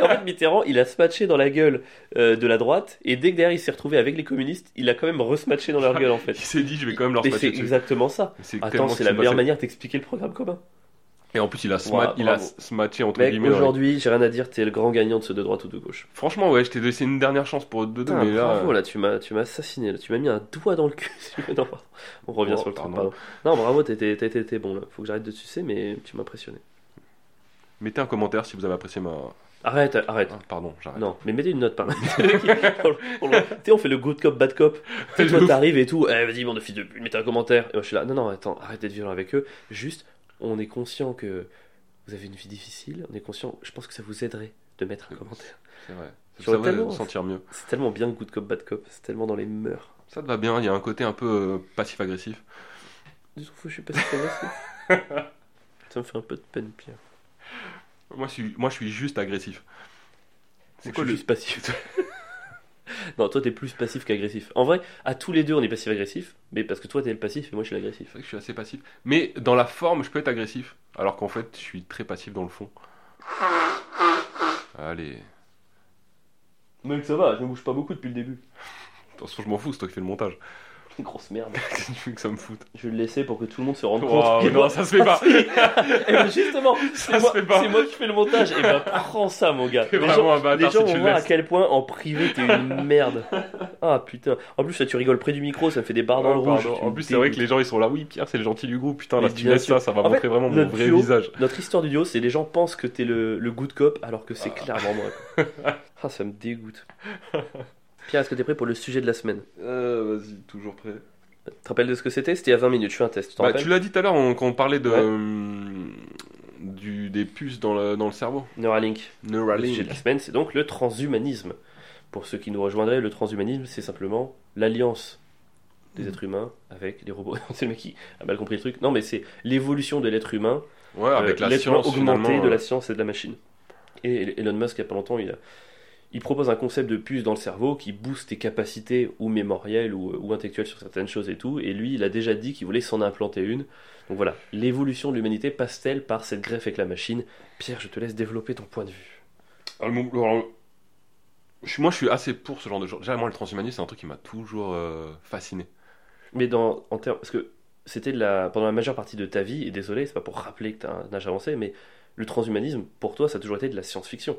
A: En fait, Mitterrand, il a smatché dans la gueule euh, de la droite, et dès que derrière il s'est retrouvé avec les communistes, il a quand même resmatché dans leur gueule en fait.
B: Il s'est dit, je vais quand même leur
A: Et c'est
B: smasher dessus.
A: exactement ça.
B: C'est
A: Attends,
B: tellement
A: c'est
B: ce
A: la
B: qui s'est
A: meilleure
B: passé.
A: manière d'expliquer le programme commun.
B: Et en plus, il a, sma-
A: Ouah,
B: il a
A: bravo.
B: smatché entre
A: Mec,
B: guillemets. dans les-
A: aujourd'hui, j'ai rien à dire, t'es le grand gagnant de ce de droite ou de gauche.
B: Franchement, ouais, je t'ai laissé une dernière chance pour deux deux,
A: Putain,
B: mais là.
A: bravo,
B: euh,
A: là, tu m'as, tu m'as assassiné, là, tu m'as mis un doigt dans le cul. non, pardon. On revient
B: Oh,
A: sur le truc,
B: pardon.
A: pardon. Non, bravo, t'étais, t'étais- t'étais bon, là. Faut que j'arrête de te sucer, mais tu m'impressionnais.
B: Mettez un commentaire si vous avez apprécié ma.
A: Arrête, arrête.
B: Ah, Pardon, j'arrête.
A: Non, mais mettez une note par là. on, le- tu sais, on fait le good cop, bad cop. Tu sais,
B: Le
A: toi,
B: ouf.
A: t'arrives et tout. Eh, vas-y, mon fils de pute, mettez un commentaire. Et moi, je suis là. Non, non, attends, arrête d'être violent avec eux. Juste, on est conscient que vous avez une vie difficile. On est conscient. Je pense que ça vous aiderait de mettre un commentaire.
B: C'est vrai. Ça
A: J'aurais
B: va
A: tellement-
B: vous sentir mieux.
A: C'est tellement bien good cop, bad cop. C'est tellement dans les mœurs.
B: Ça te va bien, il y a un côté un peu euh, passif-agressif.
A: Du coup, je suis pas si agressif. Ça me fait un peu de peine, Pierre.
B: Moi, je suis, moi, je suis juste agressif. C'est quoi
A: je
B: le.
A: suis passif Non, toi t'es plus passif qu'agressif. En vrai, à tous les deux on est passif-agressif, mais parce que toi t'es le passif et moi je suis l'agressif.
B: C'est vrai que je suis assez passif. Mais dans la forme, je peux être agressif. Alors qu'en fait, je suis très passif dans le fond. Allez.
A: Mec, ça va, je ne bouge pas beaucoup depuis le début.
B: Attention, je m'en fous, c'est toi qui fais le montage.
A: Grosse merde.
B: Qu'est-ce que tu veux que ça me foute
A: Je vais le laisser pour que tout le monde se rende
B: Waouh,
A: compte.
B: Non, ça se fait pas.
A: Et ben justement, c'est
B: Ça se
A: moi,
B: fait pas.
A: c'est moi qui fais le montage. Et ben prends ça, mon gars.
B: T'es
A: Les gens,
B: vraiment un
A: les gens
B: bâtard si
A: vont
B: tu le
A: voir à
B: laisses.
A: quel point en privé t'es une merde. Ah putain. En plus, là, tu rigoles près du micro, ça me fait des barres dans le
B: Ouais,
A: rouge.
B: Ah, pardon.
A: Tu
B: En
A: me
B: plus, c'est vrai que
A: dégoûtes.
B: les gens ils sont là. Oui, Pierre, c'est le gentil du groupe. Putain,
A: Mais
B: là, si tu
A: bien
B: laisses
A: sûr.
B: ça, ça va
A: En fait,
B: montrer vraiment mon
A: notre
B: vrai
A: duo-
B: visage.
A: Notre histoire du duo, c'est les gens pensent que t'es le, le good cop alors que c'est clairement moi. quoi. Ah, ça me dégoûte. Pierre, est-ce que t'es prêt pour le sujet de la semaine
B: Euh, vas-y, toujours prêt.
A: Tu te rappelles de ce que c'était C'était il y a 20 minutes, je fais un test. Tu t'en
B: Bah,
A: rappelles
B: tu l'as dit tout à l'heure on- quand on parlait de.
A: Ouais.
B: euh, Du, des puces dans le, dans le cerveau.
A: Neuralink. Le sujet de la
B: Neuralink.
A: semaine, c'est donc le transhumanisme. Pour ceux qui nous rejoindraient, le transhumanisme, c'est simplement l'alliance des
B: Mhm.
A: êtres humains avec les robots. c'est le mec qui a mal compris le truc. Non, mais c'est l'évolution de l'être humain,
B: Ouais, Ah, avec
A: euh,
B: la
A: l'être humain
B: science.
A: augmentée
B: finalement,
A: de
B: euh,
A: la science et de la machine. Et Elon Musk, il n'y a pas longtemps, il, a- il propose un concept de puce dans le cerveau qui booste tes capacités ou mémorielles ou, ou intellectuelles sur certaines choses et tout. Et lui, il a déjà dit qu'il voulait s'en implanter une. Donc voilà, l'évolution de l'humanité passe-t-elle par cette greffe avec la machine Pierre, je te laisse développer ton point de vue.
B: Alors, mon- alors, je suis- moi, je suis assez pour ce genre de choses. Déjà, moi, le transhumanisme, c'est un truc qui m'a toujours euh, fasciné.
A: Mais dans, en termes, parce que c'était de la, pendant la majeure partie de ta vie, et désolé, c'est pas pour rappeler que t'as un âge avancé, mais le transhumanisme, pour toi, ça a toujours été de la science-fiction.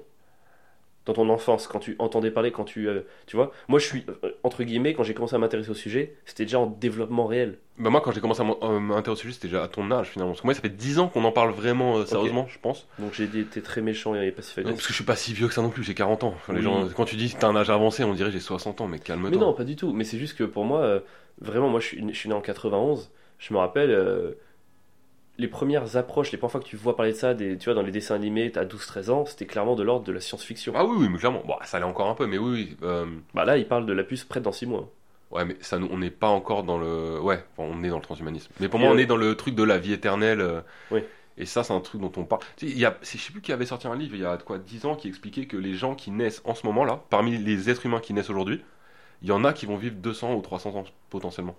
A: Dans ton enfance, quand tu entendais parler, quand tu, euh, tu vois, moi je suis, euh, entre guillemets, quand j'ai commencé à m'intéresser au sujet, c'était déjà en développement réel.
B: Bah, moi, quand j'ai commencé à m'en- à m'intéresser au sujet, c'était déjà à ton âge, finalement. Parce que moi, ça fait 10 ans qu'on en parle vraiment euh, sérieusement, je pense.
A: Donc j'ai été très méchant et
B: Non,
A: passif-agressif.
B: parce que je suis pas si vieux que ça non plus, j'ai 40 ans. Les
A: Oui.
B: gens, quand tu dis t'as un âge avancé, on dirait j'ai 60 ans, mais
A: Mais
B: calme-toi.
A: non, pas du tout. Mais c'est juste que pour moi, euh, vraiment, moi, je suis, je suis né en 91. Je me rappelle euh, les premières approches, les premières fois que tu vois parler de ça, des, tu vois, dans les dessins animés, t'as 12-13 ans, c'était clairement de l'ordre de la science-fiction.
B: Ah oui, oui, mais clairement. Bon, ça allait encore un peu, mais oui, oui. euh,
A: Bah là, il parle de la puce prête dans 6 mois.
B: ouais, mais ça, nous- on n'est pas encore dans le. Ouais, enfin, on est dans le transhumanisme. Mais pour
A: Et
B: moi, on
A: euh,
B: est dans le truc de la vie éternelle. euh,
A: Oui.
B: Et ça, c'est un truc dont on parle. Tu sais, il y a, c'est- je sais plus qui avait sorti un livre il y a de quoi 10 ans qui expliquait que les gens qui naissent en ce moment-là, parmi les êtres humains qui naissent aujourd'hui, il y en a qui vont vivre 200 ou 300 ans potentiellement.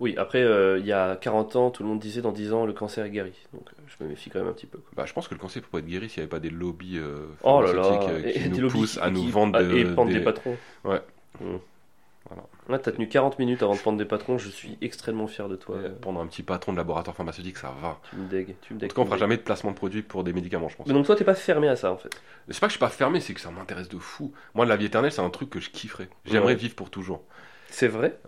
A: Oui, après, euh, il y a 40 ans, tout le monde disait dans 10 ans, le cancer est guéri. Donc euh, je me méfie quand même un petit peu. quoi.
B: Bah, je pense que le cancer pourrait être guéri s'il n'y avait pas des lobbies euh,
A: Oh là là
B: pharmaceutiques, euh, qui
A: et- et des
B: nous
A: lobbies
B: poussent à
A: qui-
B: nous
A: qui-
B: vendre
A: à-
B: de-
A: Et pendre
B: des-
A: des patrons.
B: Ouais.
A: Mmh.
B: Voilà.
A: Ouais, t'as tenu 40 minutes avant de pendre des patrons, je suis extrêmement fier de toi.
B: Ouais,
A: euh,
B: Prendre un petit patron de laboratoire pharmaceutique, ça va.
A: Tu me dégues. Tu me
B: En
A: dégues,
B: tout cas, on
A: tu me
B: fera
A: dégues.
B: jamais de placement de produit pour des médicaments, je pense.
A: Mais donc toi, t'es pas fermé à ça en fait.
B: C'est pas que je suis pas fermé, c'est que ça m'intéresse de fou. Moi, la vie éternelle, c'est un truc que je kifferais. J'aimerais
A: Ouais.
B: vivre pour toujours.
A: C'est vrai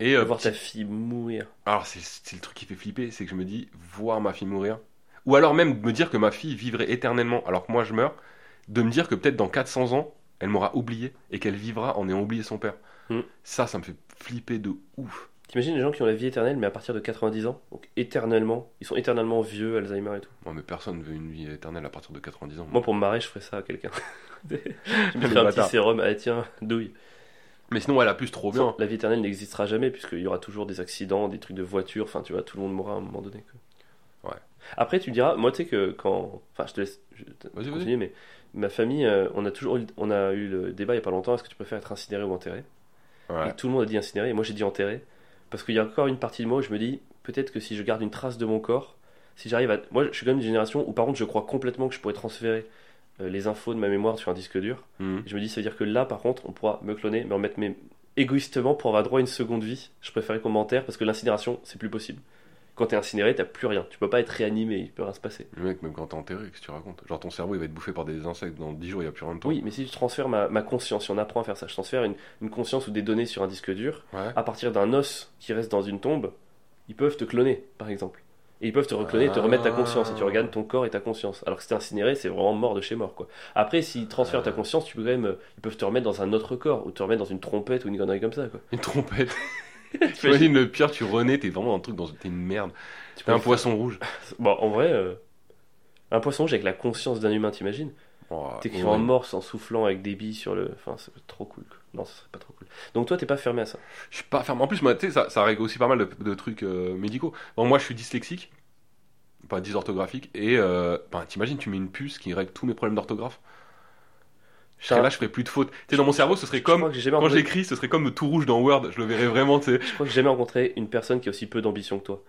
B: Et euh,
A: Voir
B: petit-
A: ta fille mourir.
B: alors, c'est- c'est le truc qui fait flipper, c'est que je me dis, voir ma fille mourir, ou alors même me dire que ma fille vivrait éternellement alors que moi je meurs, de me dire que peut-être dans 400 ans, elle m'aura oublié et qu'elle vivra en ayant oublié son père.
A: Mm.
B: Ça, ça me fait flipper de ouf.
A: T'imagines les gens qui ont la vie éternelle, mais à partir de 90 ans Donc éternellement. Ils sont éternellement vieux, Alzheimer et tout.
B: Moi, mais personne veut une vie éternelle à partir de 90 ans.
A: Moi, pour me marrer, je ferais ça à quelqu'un. je
B: Le
A: mettrais un petit
B: bâtard.
A: sérum. Ah tiens, douille.
B: Mais sinon, elle a plus trop bien.
A: La vie éternelle n'existera jamais, puisqu'il y aura toujours des accidents, des trucs de voiture. Enfin, tu vois, tout le monde mourra à un moment donné. quoi.
B: Ouais.
A: Après, tu me diras, moi, tu sais que quand. Enfin, je te laisse je- te-
B: Vas-y, vas-y.
A: continuer, mais ma famille, euh, on a toujours eu- on a eu le débat il n'y a pas longtemps est-ce que tu préfères être incinéré ou enterré
B: Ouais.
A: Et tout le monde a dit incinéré, et moi j'ai dit enterré. Parce qu'il y a encore une partie de moi où je me dis, peut-être que si je garde une trace de mon corps, si j'arrive à. Moi je suis quand même d'une génération où par contre je crois complètement que je pourrais transférer euh, les infos de ma mémoire sur un disque dur.
B: Mhm.
A: Et je me dis, ça veut dire que là par contre, on pourra me cloner, me remettre mes. égoïstement pour avoir droit à une seconde vie. Je préférais qu'on m'enterre parce que l'incinération, c'est plus possible. Quand t'es incinéré, t'as plus rien. Tu peux pas être réanimé, il peut rien se passer.
B: Le mec, même quand t'es enterré, qu'est-ce que tu racontes Genre, ton cerveau, il va être bouffé par des insectes dans 10 jours, il n'y a plus rien de toi.
A: Oui, mais si je transfère ma, ma conscience, si on apprend à faire ça, je transfère une- une conscience ou des données sur un disque dur,
B: Ouais.
A: à partir d'un os qui reste dans une tombe, ils peuvent te cloner, par exemple. Et ils peuvent te recloner et te
B: Ah.
A: remettre ta conscience. Et tu regagnes ton corps et ta conscience. Alors que si t'es incinéré, c'est vraiment mort de chez mort. quoi. Après, s'ils transfèrent ta conscience, tu peux quand même, euh, ils peuvent te remettre dans un autre corps, ou te remettre dans une trompette ou une connerie comme ça. Quoi.
B: Une trompette. T'imagines le pire, tu renais, t'es vraiment dans un truc, dans... t'es une merde.
A: Tu
B: T'es
A: peux
B: un
A: le
B: poisson rouge.
A: faire. Bon, en vrai, euh, un poisson rouge avec la conscience d'un humain, t'imagines
B: Oh,
A: T'es
B: ouais.
A: en morse en soufflant avec des billes sur le. Enfin, c'est trop cool. quoi. Non, ce serait pas trop cool. Donc toi, t'es pas fermé à ça.
B: Je suis pas ferme. En plus, moi, tu sais, ça, ça règle aussi pas mal de, de trucs euh, médicaux. Bon, moi, je suis dyslexique, pas dysorthographique, et euh, ben, t'imagines, tu mets une puce qui règle tous mes problèmes d'orthographe. Je serais
A: Putain.
B: là, je ferais plus de fautes. Tu sais, dans mon cerveau, ce serait
A: Je
B: comme
A: crois que j'ai jamais
B: quand
A: rencontré-
B: j'écris, ce serait comme le tout rouge dans Word. Je le verrais vraiment, tu sais.
A: Je crois que j'ai jamais rencontré une personne qui a aussi peu d'ambition que toi.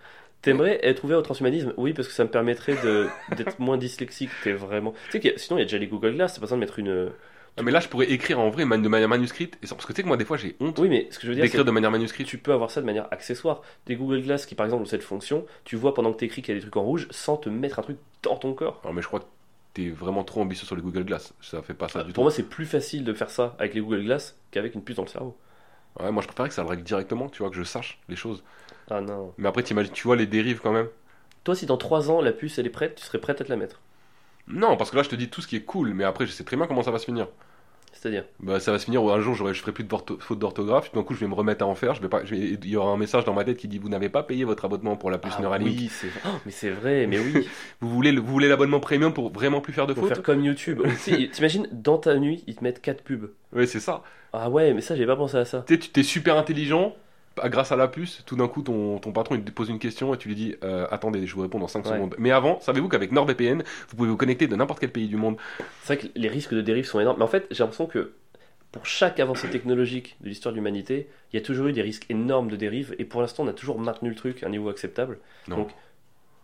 A: T'aimerais être ouvert au transhumanisme Oui, parce que ça me permettrait de- d'être moins dyslexique. T'es vraiment. Tu sais que sinon, il y a déjà les Google Glass, t'as pas besoin de mettre une. euh,
B: Non, mais là, je pourrais écrire en vrai man- de manière manuscrite, et sans- parce que tu sais que moi, des fois, j'ai honte
A: Oui, mais ce que je veux dire, c'est
B: d'écrire de manière
A: que
B: manuscrite.
A: tu peux avoir ça de manière accessoire. Des Google Glass qui, par exemple, ont cette fonction, tu vois pendant que t'écris qu'il y a des trucs en rouge sans te mettre un truc dans ton corps.
B: Alors, mais je crois que t'es vraiment trop ambitieux sur les Google Glass. Ça fait pas ça du tout.
A: Bah, Pour moi, c'est plus facile de faire ça avec les Google Glass qu'avec une puce dans le cerveau.
B: Ouais, moi, je préférais que ça le règle directement, tu vois, que je sache les choses.
A: Ah non.
B: Mais après, t'imagines, tu vois les dérives quand même.
A: Toi, si dans 3 ans la puce elle est prête, tu serais prête à te la mettre.
B: Non, parce que là, je te dis tout ce qui est cool, mais après, je sais très bien comment ça va se finir.
A: C'est-à-dire.
B: Bah, ça va se finir où un jour, j'aurai- je ferai plus de d'ortho- faute d'orthographe, tout d'un coup, je vais me remettre à en faire. Je vais pas, je vais- il y aura un message dans ma tête qui dit Vous n'avez pas payé votre abonnement pour la puce
A: Ah
B: Neuralink.
A: oui, c'est oh, mais c'est vrai, mais oui.
B: Vous voulez le- vous voulez l'abonnement premium pour vraiment plus faire de
A: Faut
B: faute
A: faire comme YouTube. Aussi, T'imagines, dans ta nuit, ils te mettent 4 pubs.
B: Ouais, c'est ça.
A: Ah ouais, mais ça, j'avais pas pensé à ça.
B: Tu sais, tu- t'es super intelligent, bah, grâce à la puce, tout d'un coup, ton, ton patron, il te pose une question et tu lui dis Euh, Attendez, je vous réponds dans 5
A: Ouais.
B: secondes. Mais avant, savez-vous qu'avec NordVPN, vous pouvez vous connecter de n'importe quel pays du monde
A: C'est vrai que les risques de dérive sont énormes. Mais en fait, j'ai l'impression que pour chaque avancée technologique de l'histoire de l'humanité, il y a toujours eu des risques énormes de dérive. Et pour l'instant, on a toujours maintenu le truc à un niveau acceptable.
B: Non.
A: Donc,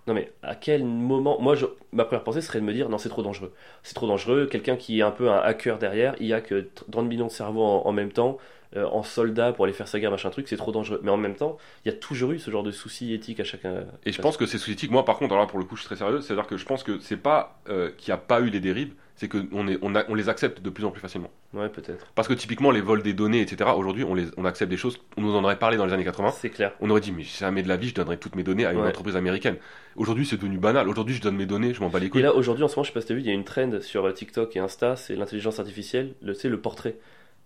A: non mais à quel moment Moi, je- ma première pensée serait de me dire non, c'est trop dangereux. C'est trop dangereux. Quelqu'un qui est un peu un hacker derrière, il y a que 30 millions de cerveaux en, en même temps, euh, en soldat pour aller faire sa guerre, machin truc, c'est trop dangereux. Mais en même temps, il y a toujours eu ce genre de souci éthique à chacun.
B: Et je pense que c'est sous éthique. Moi, par contre, alors là, pour le coup, je suis très sérieux. C'est-à-dire que je pense que c'est pas euh, qu'il n'y a pas eu les dérives, c'est qu'on on a- on les accepte de plus en plus facilement.
A: Ouais, peut-être.
B: Parce que typiquement, les vols des données, etc., aujourd'hui, on, les, on accepte des choses. On nous en aurait parlé dans les années 80.
A: C'est clair.
B: On aurait dit, mais jamais de la vie, je donnerais toutes mes données à une
A: Ouais.
B: entreprise américaine. Aujourd'hui, c'est devenu banal. Aujourd'hui, je donne mes données, je m'en bats les
A: Et
B: couilles.
A: là, aujourd'hui, en ce moment, je sais pas si t'as vu, il y a une trend sur euh, TikTok et Insta, c'est l'intelligence artificielle, le, tu sais, le portrait.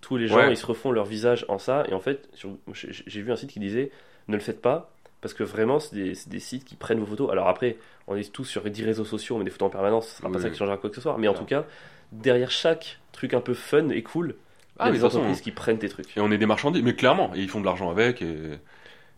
A: Tous les gens,
B: Ouais.
A: ils se refont leur visage en ça, et en fait, sur- j'ai j'ai vu un site qui disait ne le faites pas, parce que vraiment, c'est des, c'est des sites qui prennent vos photos. Alors après, on est tous sur 10 réseaux sociaux, on met des photos en permanence, ce sera pas
B: Oui,
A: ça
B: oui.
A: qui changera quoi que ce soit, mais en
B: Clair.
A: tout cas, derrière chaque truc un peu fun et cool, il y
B: ah,
A: a
B: mais de
A: des
B: toute façon,
A: entreprises qui prennent des trucs.
B: Et on est des marchandises, mais clairement, et ils font de l'argent avec. Et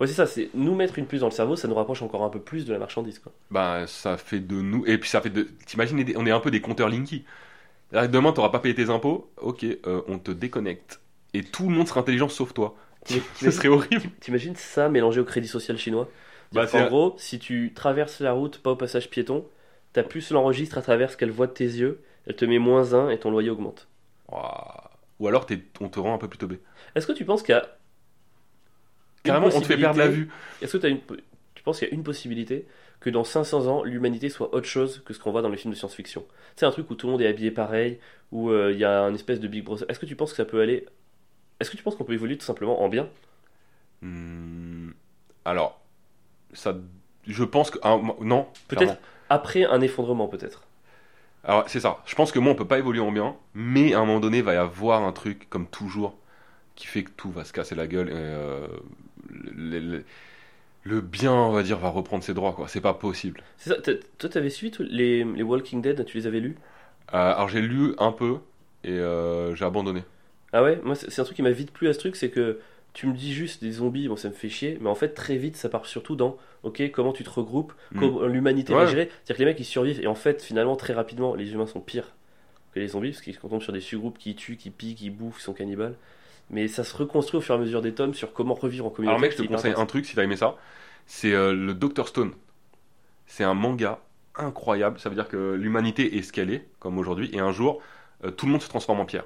A: Ouais, c'est ça, c'est nous mettre une puce dans le cerveau, ça nous rapproche encore un peu plus de la marchandise, quoi.
B: bah, ça fait de nous. Et puis ça fait de. T'imagines, on est un peu des compteurs Linky. Là, Demain, t'auras pas payé tes impôts. Ok, euh, on te déconnecte. Et tout le monde sera intelligent sauf toi.
A: T'im-
B: Ce
A: t'imagines-
B: serait horrible.
A: T'imagines ça mélangé au crédit social chinois
B: Bah,
A: En
B: c'est un-
A: gros, si tu traverses la route, pas au passage piéton, ta puce l'enregistre à travers ce qu'elle voit de tes yeux, elle te met moins 1 et ton loyer augmente.
B: Ouah. Ou alors t'es- on te rend un peu plus teubé.
A: Est-ce que tu penses qu'il y a. une
B: Carrément, on te fait perdre la
A: possibilité-
B: vue.
A: Est-ce que t'as une... po- tu penses qu'il y a une possibilité que dans 500 ans, l'humanité soit autre chose que ce qu'on voit dans les films de science-fiction C'est un truc où tout le monde est habillé pareil, où euh, il y a une espèce de Big Brother. Est-ce que tu penses que ça peut aller. Est-ce que tu penses qu'on peut évoluer tout simplement en bien
B: Hmm. Alors, ça, je pense que ah, moi- non.
A: Peut-être
B: clairement.
A: après un effondrement, peut-être.
B: Alors c'est ça. Je pense que moi on peut pas évoluer en bien, mais à un moment donné il va y avoir un truc comme toujours qui fait que tout va se casser la gueule. et, euh, le, le- le bien on va dire va reprendre ses droits quoi. C'est pas possible.
A: C'est ça, t'as- toi, t'avais suivi tous les, les Walking Dead, tu les avais lus
B: Euh, alors j'ai lu un peu et euh, j'ai abandonné.
A: Ah ouais, moi c'est c'est un truc qui m'a vite plu à ce truc, c'est que tu me dis juste des zombies, bon ça me fait chier, mais en fait très vite ça part surtout dans, ok, comment tu te regroupes,
B: Mm.
A: Mmh. comment l'humanité va
B: Ouais.
A: gérer, c'est-à-dire que les mecs ils survivent et en fait finalement très rapidement les humains sont pires que les zombies parce qu'ils tombent sur des sous-groupes qui tuent, qui pillent, qui bouffent, qui sont cannibales, mais ça se reconstruit au fur et à mesure des tomes sur comment revivre en communauté.
B: Alors mec, je te
A: c'est hyper
B: conseille un
A: intéressant.
B: truc si t'as aimé ça, c'est euh, le Dr Stone. C'est un manga incroyable. Ça veut dire que l'humanité est ce qu'elle est, comme aujourd'hui, et un jour, euh, tout le monde se transforme en pierre.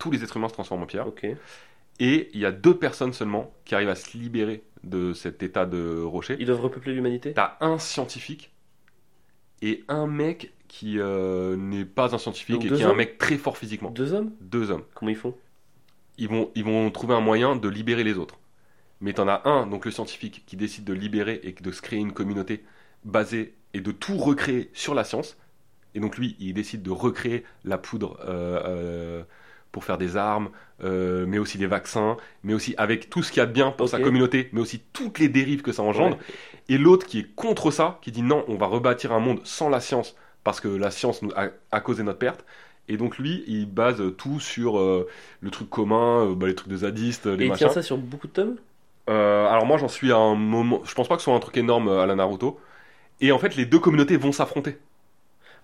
B: Tous les êtres humains se transforment en pierre.
A: Ok,
B: Et il y a deux personnes seulement qui arrivent à se libérer de cet état de rocher.
A: ils doivent repeupler l'humanité
B: T'as un scientifique et un mec qui euh, n'est pas un scientifique
A: Donc
B: et
A: deux
B: qui est un
A: hommes
B: mec très fort physiquement.
A: Deux hommes
B: Deux hommes
A: Comment ils font
B: ils vont, ils vont trouver un moyen de libérer les autres. Mais t'en as un, donc le scientifique, qui décide de libérer et de se créer une communauté basée et de tout recréer sur la science. Et donc lui, il décide de recréer la poudre euh, euh, pour faire des armes, euh, mais aussi des vaccins, mais aussi avec tout ce qu'il y a de bien pour sa
A: Ok.
B: communauté, mais aussi toutes les dérives que ça engendre.
A: Ouais.
B: Et l'autre qui est contre ça, qui dit non, on va rebâtir un monde sans la science, parce que la science nous a, a causé notre perte. Et donc lui, il base tout sur euh, le truc commun, euh, bah, les trucs de zadistes, les
A: Et ils
B: machins.
A: tiennent ça sur beaucoup de tomes
B: Euh, alors moi, j'en suis à un moment. Je pense pas que ce soit un truc énorme euh, à la Naruto. Et en fait, les deux communautés vont s'affronter.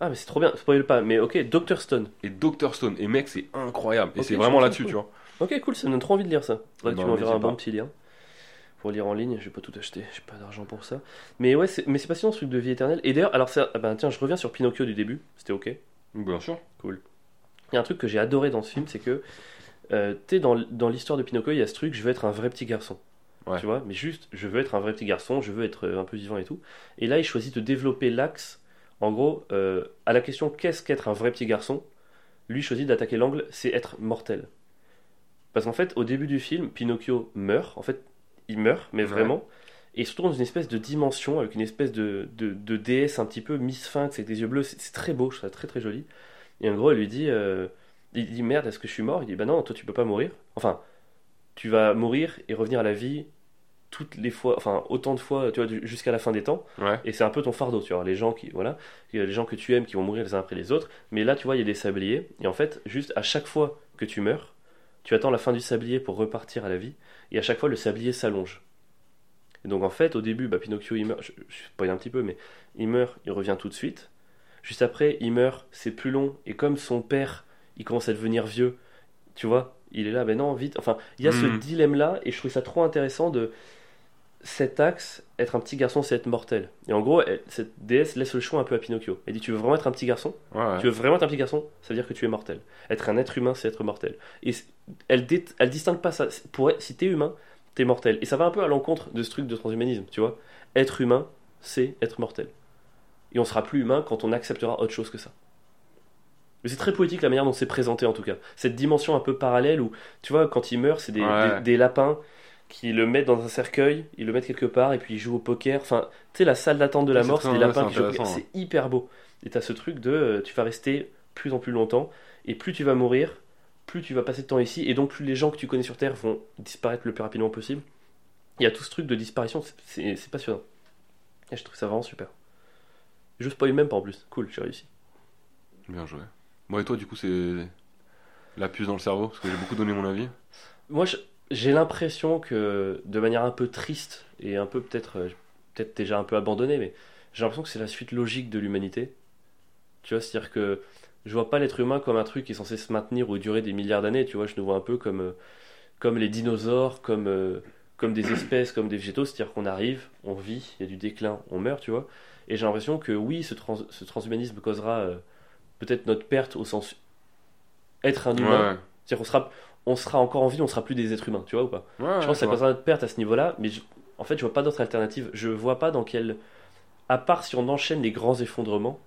A: Ah mais c'est trop bien, spoil pas, mais ok, Dr Stone.
B: Et Dr Stone, et mec, c'est incroyable. Et
A: Ok,
B: c'est
A: je
B: vraiment
A: comprends,
B: là-dessus,
A: cool.
B: tu vois.
A: Ok, cool, ça me donne trop envie de lire ça. Faudrait que
B: Bah,
A: tu m'enverras
B: n'hésite
A: un bon
B: pas.
A: petit lien pour lire en ligne. Je vais pas tout acheter, j'ai pas d'argent pour ça. Mais ouais, c'est, mais c'est passionnant ce truc de vie éternelle. Et d'ailleurs, alors ça, ah ben tiens, je reviens sur Pinocchio du début, c'était ok.
B: Bien sûr.
A: Il y a un truc que j'ai adoré dans ce film, c'est que euh, tu sais, dans, l- dans l'histoire de Pinocchio, il y a ce truc, je veux être un vrai petit garçon.
B: Ouais.
A: Tu vois, mais juste, je veux être un vrai petit garçon, je veux être euh, un peu vivant et tout. Et là, il choisit de développer l'axe, en gros, euh, à la question qu'est-ce qu'être un vrai petit garçon, lui choisit d'attaquer l'angle, c'est être mortel. Parce qu'en fait, au début du film, Pinocchio meurt, en fait, il meurt, mais
B: Ouais.
A: vraiment, et il se trouve dans une espèce de dimension, avec une espèce de, de, de déesse un petit peu mi-sphinx, avec des yeux bleus, c'est c'est très beau, je trouve ça très très joli. Et en gros, elle lui dit, euh, il dit merde, est-ce que je suis mort Il dit bah non, toi tu peux pas mourir. Enfin, tu vas mourir et revenir à la vie toutes les fois, enfin autant de fois, tu vois, du- jusqu'à la fin des temps.
B: Ouais.
A: Et c'est un peu ton fardeau, tu vois. Les gens qui, voilà, il y a les gens que tu aimes qui vont mourir les uns après les autres. Mais là, tu vois, il y a des sabliers. Et en fait, juste à chaque fois que tu meurs, tu attends la fin du sablier pour repartir à la vie. Et à chaque fois, le sablier s'allonge. Et donc, en fait, au début, bah, Pinocchio, il meurt. Je, je spoil un petit peu, mais il meurt, il revient tout de suite. Juste après, il meurt, c'est plus long. Et comme son père, il commence à devenir vieux, tu vois, il est là, ben non, vite. Enfin, il y a ce
B: Mhm.
A: dilemme-là. Et je trouve ça trop intéressant de cet axe, être un petit garçon, c'est être mortel. Et en gros, elle- cette déesse laisse le choix un peu à Pinocchio. Elle dit Tu veux vraiment être un petit garçon
B: Ouais, ouais.
A: Tu veux vraiment être un petit garçon Ça veut dire que tu es mortel. Être un être humain, c'est être mortel. Et c- elle, dé- elle distingue pas ça. C'est- Pour elle, si t'es humain, t'es mortel. Et ça va un peu à l'encontre de ce truc de transhumanisme, tu vois. Être humain, c'est être mortel. Et on sera plus humain quand on acceptera autre chose que ça. Mais c'est très poétique la manière dont c'est présenté en tout cas. Cette dimension un peu parallèle où, tu vois, quand il meurt, c'est des,
B: Ouais.
A: des- des lapins qui le mettent dans un cercueil, ils le mettent quelque part et puis ils jouent au poker. Enfin, tu sais, la salle d'attente de la
B: C'est
A: mort,
B: très-
A: c'est des
B: ouais,
A: lapins
B: c'est
A: qui jouent au poker.
B: intéressant,
A: C'est hyper beau. Et t'as ce truc de euh, tu vas rester plus en plus longtemps et plus tu vas mourir, plus tu vas passer de temps ici et donc plus les gens que tu connais sur Terre vont disparaître le plus rapidement possible. Il y a tout ce truc de disparition, c'est- c'est c'est passionnant. Et je trouve ça vraiment super. Je spoil même pas en plus. Cool, j'ai réussi.
B: Bien joué. Moi et toi, du coup, c'est la puce dans le cerveau, parce que j'ai beaucoup donné mon avis.
A: Moi, je- j'ai l'impression que, de manière un peu triste et un peu peut-être, euh, peut-être déjà un peu abandonnée, mais j'ai l'impression que c'est la suite logique de l'humanité. Tu vois, c'est-à-dire que je vois pas l'être humain comme un truc qui est censé se maintenir ou durer des milliards d'années. Tu vois, je nous vois un peu comme euh, comme les dinosaures, comme, euh, comme des espèces, comme des végétaux. C'est-à-dire qu'on arrive, on vit, il y a du déclin, on meurt, tu vois. Et j'ai l'impression que oui, ce, trans- ce transhumanisme causera euh, peut-être notre perte au sens être un
B: Ouais,
A: humain. C'est-à-dire qu'on sera, on sera encore en vie, on sera plus des êtres humains, tu vois ou pas
B: ouais, ouais,
A: Je pense que ça
B: ouais.
A: causera notre perte à ce niveau-là, mais je- en fait, je vois pas d'autre alternative. Je vois pas dans quel. À part si on enchaîne les grands effondrements,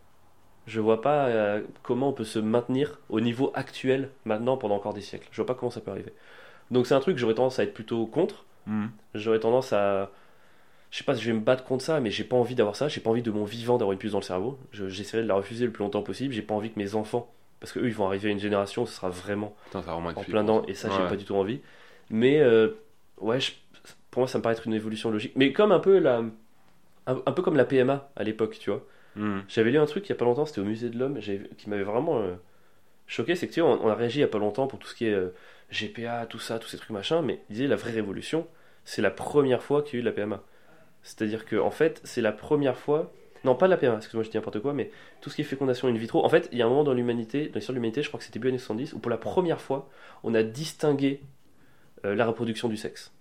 A: je vois pas euh, comment on peut se maintenir au niveau actuel maintenant pendant encore des siècles. Je vois pas comment ça peut arriver. Donc c'est un truc que j'aurais tendance à être plutôt contre.
B: Mhm.
A: J'aurais tendance à. Je sais pas si je vais me battre contre ça, mais j'ai pas envie d'avoir ça. J'ai pas envie de mon vivant d'avoir une puce dans le cerveau. Je- J'essaierai de la refuser le plus longtemps possible. J'ai pas envie que mes enfants. Parce qu'eux, ils vont arriver à une génération où ce sera vraiment
B: Putain, ça va vraiment être
A: en
B: flippant.
A: plein dent et ça j'ai
B: Ouais.
A: pas du tout envie mais euh, ouais je- pour moi ça me paraît être une évolution logique mais comme un peu la un, un peu comme la PMA à l'époque tu vois
B: Mhm.
A: j'avais lu un truc il y a pas longtemps c'était au musée de l'homme j'avais- qui m'avait vraiment euh, choqué c'est que tu sais, on, on a réagi il y a pas longtemps pour tout ce qui est euh, GPA tout ça tous ces trucs machin mais il disait la vraie révolution c'est la première fois qu'il y a eu de la PMA c'est-à-dire que en fait c'est la première fois non, pas de la PMA, excuse-moi, je dis n'importe quoi, mais tout ce qui est fécondation in vitro. En fait, il y a un moment dans l'humanité, dans l'histoire de l'humanité, je crois que c'était début années 70, où pour la première fois, on a distingué euh, la reproduction du sexe.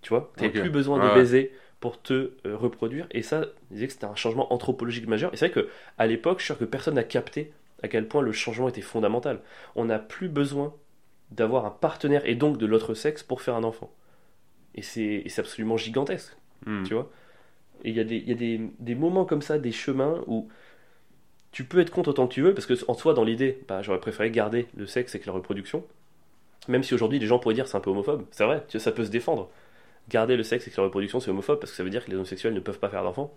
A: Tu vois Tu
B: Ok.
A: plus besoin de
B: Ouais.
A: baiser pour te euh, reproduire. Et ça, ils disaient que c'était un changement anthropologique majeur. Et c'est vrai qu'à l'époque, je suis sûr que personne n'a capté à quel point le changement était fondamental. On n'a plus besoin d'avoir un partenaire et donc de l'autre sexe pour faire un enfant. Et c'est et c'est absolument gigantesque.
B: Mhm.
A: Tu vois Et il y a, des, il y a des, des moments comme ça, des chemins où tu peux être contre autant que tu veux, parce que en soi, dans l'idée, bah, j'aurais préféré garder le sexe avec la reproduction. Même si aujourd'hui, les gens pourraient dire c'est un peu homophobe. C'est vrai, tu vois, ça peut se défendre. Garder le sexe avec la reproduction, c'est homophobe, parce que ça veut dire que les homosexuels ne peuvent pas faire d'enfants.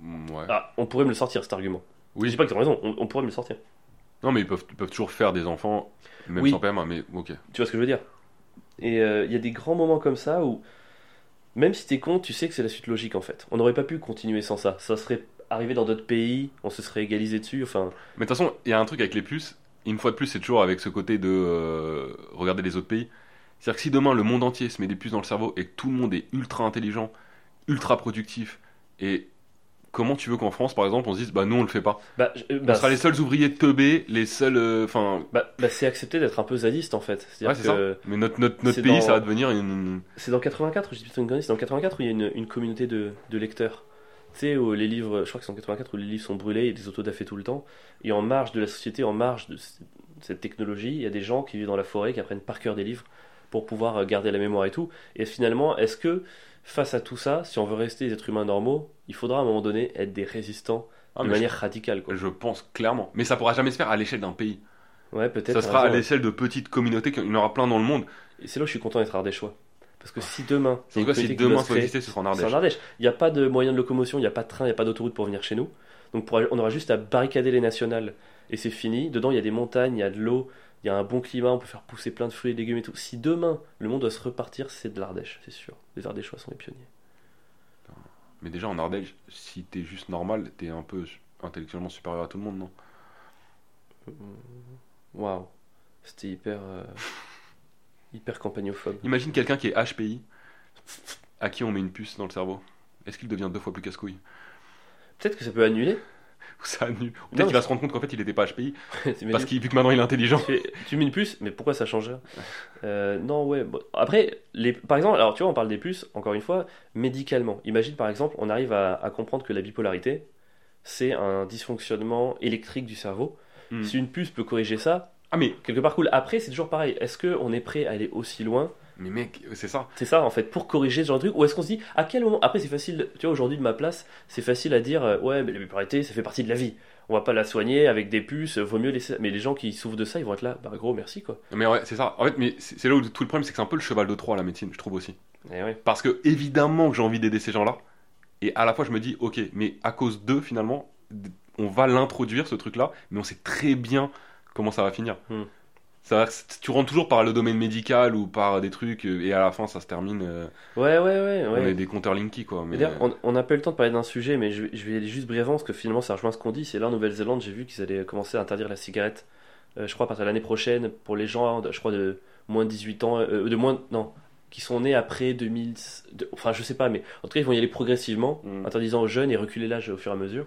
B: Mhm, ouais.
A: Ah, on pourrait me le sortir, cet argument. Je
B: Oui.
A: dis pas qu'ils ont raison, on, on pourrait me le sortir.
B: Non, mais ils peuvent, ils peuvent toujours faire des enfants, même
A: Oui.
B: sans PMA, mais ok.
A: Tu vois ce que je veux dire Et euh, il y a des grands moments comme ça où, même si t'es con, tu sais que c'est la suite logique en fait. On n'aurait pas pu continuer sans ça. Ça serait arrivé dans d'autres pays, on se serait égalisé dessus. Enfin,
B: Mais de toute façon, il y a un truc avec les puces. Une fois de plus, c'est toujours avec ce côté de euh, regarder les autres pays. C'est-à-dire que si demain le monde entier se met des puces dans le cerveau et que tout le monde est ultra intelligent, ultra productif, et comment tu veux qu'en France, par exemple, on se dise bah nous on le fait pas.
A: bah, je- euh,
B: On
A: bah,
B: sera les
A: c'est-
B: seuls ouvriers de teubés, les seuls. euh, Enfin,
A: bah- bah, c'est accepté d'être un peu zadiste en fait.
B: ouais,
A: C'est-à-dire
B: c'est ça.
A: que
B: Mais notre, notre, notre
A: c'est
B: pays,
A: dans-
B: ça va devenir une.
A: c'est dans 84, je dis plutôt une connerie, c'est dans 84 où il y a une, une communauté de, de lecteurs. Tu sais, où les livres, je crois que c'est en 84 où les livres sont brûlés, il y a des autodafés tout le temps. Et en marge de la société, en marge de c- cette technologie, il y a des gens qui vivent dans la forêt, qui apprennent par cœur des livres pour pouvoir euh, garder la mémoire et tout. Et finalement, est-ce que face à tout ça, si on veut rester des êtres humains normaux, il faudra à un moment donné être des résistants
B: Ah,
A: de
B: mais
A: manière radicale
B: je,
A: quoi.
B: je pense clairement. Mais ça pourra jamais se faire à l'échelle d'un pays.
A: Ouais, peut-être. t'as
B: Ça sera à
A: raison, ouais.
B: l'échelle de petites communautés. qui- Il y en aura plein dans le monde.
A: Et c'est là où je suis content d'être ardéchois. Parce que si demain,
B: En tout cas, si
A: il y a une communauté qui doit
B: demain
A: se
B: ça
A: créer,
B: existait, ce sera en
A: c'est en
B: Ardèche.
A: Ardèche. Il n'y a pas de moyen de locomotion, il n'y a pas de train, il n'y a pas d'autoroute pour venir chez nous. Donc pour aller- on aura juste à barricader les nationales et c'est fini. Dedans, il y a des montagnes, il y a de l'eau, il y a un bon climat, on peut faire pousser plein de fruits et légumes et tout. Si demain, le monde doit se repartir, c'est de l'Ardèche, c'est sûr. Les Ardéchois sont les pionniers.
B: Mais déjà en Ardèche, si t'es juste normal, t'es un peu intellectuellement supérieur à tout le monde, non
A: Waouh. C'était hyper. euh, hyper campagnophobe.
B: Imagine quelqu'un qui est HPI, à qui on met une puce dans le cerveau. Est-ce qu'il devient deux fois plus casse-couille
A: Peut-être que ça peut annuler.
B: Ou ça annule Ou
A: Non,
B: Peut-être qu'il va se rendre compte qu'en fait il n'était pas HPI,
A: T'imagines
B: parce qu'il vu que maintenant il est intelligent.
A: tu, fais- tu mets une puce, mais pourquoi ça change euh, Non, ouais. bon. Après, les, par exemple, alors tu vois, on parle des puces, encore une fois, médicalement. Imagine par exemple, on arrive à, à comprendre que la bipolarité, c'est un dysfonctionnement électrique du cerveau.
B: Hmm.
A: Si une puce peut corriger ça,
B: Ah mais,
A: quelque part cool. Après, c'est toujours pareil. Est-ce qu'on est prêt à aller aussi loin
B: mais mec, c'est ça.
A: c'est ça en fait, pour corriger ce genre de truc Ou est-ce qu'on se dit, à quel moment Après, c'est facile, tu vois, aujourd'hui de ma place, c'est facile à dire, euh, ouais, mais la bipolarité, ça fait partie de la vie. On va pas la soigner avec des puces, vaut mieux laisser. Mais les gens qui souffrent de ça, ils vont être là, bah gros, merci quoi.
B: Mais ouais, c'est ça. En fait, mais c'est c'est là où tout le problème, c'est que c'est un peu le cheval de Troie la médecine, je trouve aussi.
A: Eh ouais.
B: Parce que évidemment que j'ai envie d'aider ces gens-là, et à la fois je me dis, ok, mais à cause d'eux finalement, on va l'introduire ce truc-là, mais on sait très bien comment ça va finir.
A: Hmm.
B: Ça, va- tu rentres toujours par le domaine médical ou par des trucs, euh, et à la fin ça se termine. euh,
A: Ouais, ouais, ouais. ouais.
B: On est des compteurs Linky quoi. Mais...
A: Mais d'ailleurs, on- on n'a pas eu le temps de parler d'un sujet, mais je, vais- je vais aller juste brièvement parce que finalement ça rejoint ce qu'on dit. C'est là en Nouvelle-Zélande, j'ai vu qu'ils allaient commencer à interdire la cigarette, euh, je crois, à partir de l'année prochaine pour les gens, je crois, de moins de 18 ans, euh, de moins. Non, qui sont nés après 2000. de- enfin, je sais pas, mais en tout cas, ils vont y aller progressivement,
B: Mm.
A: interdisant aux jeunes et reculer l'âge au fur et à mesure.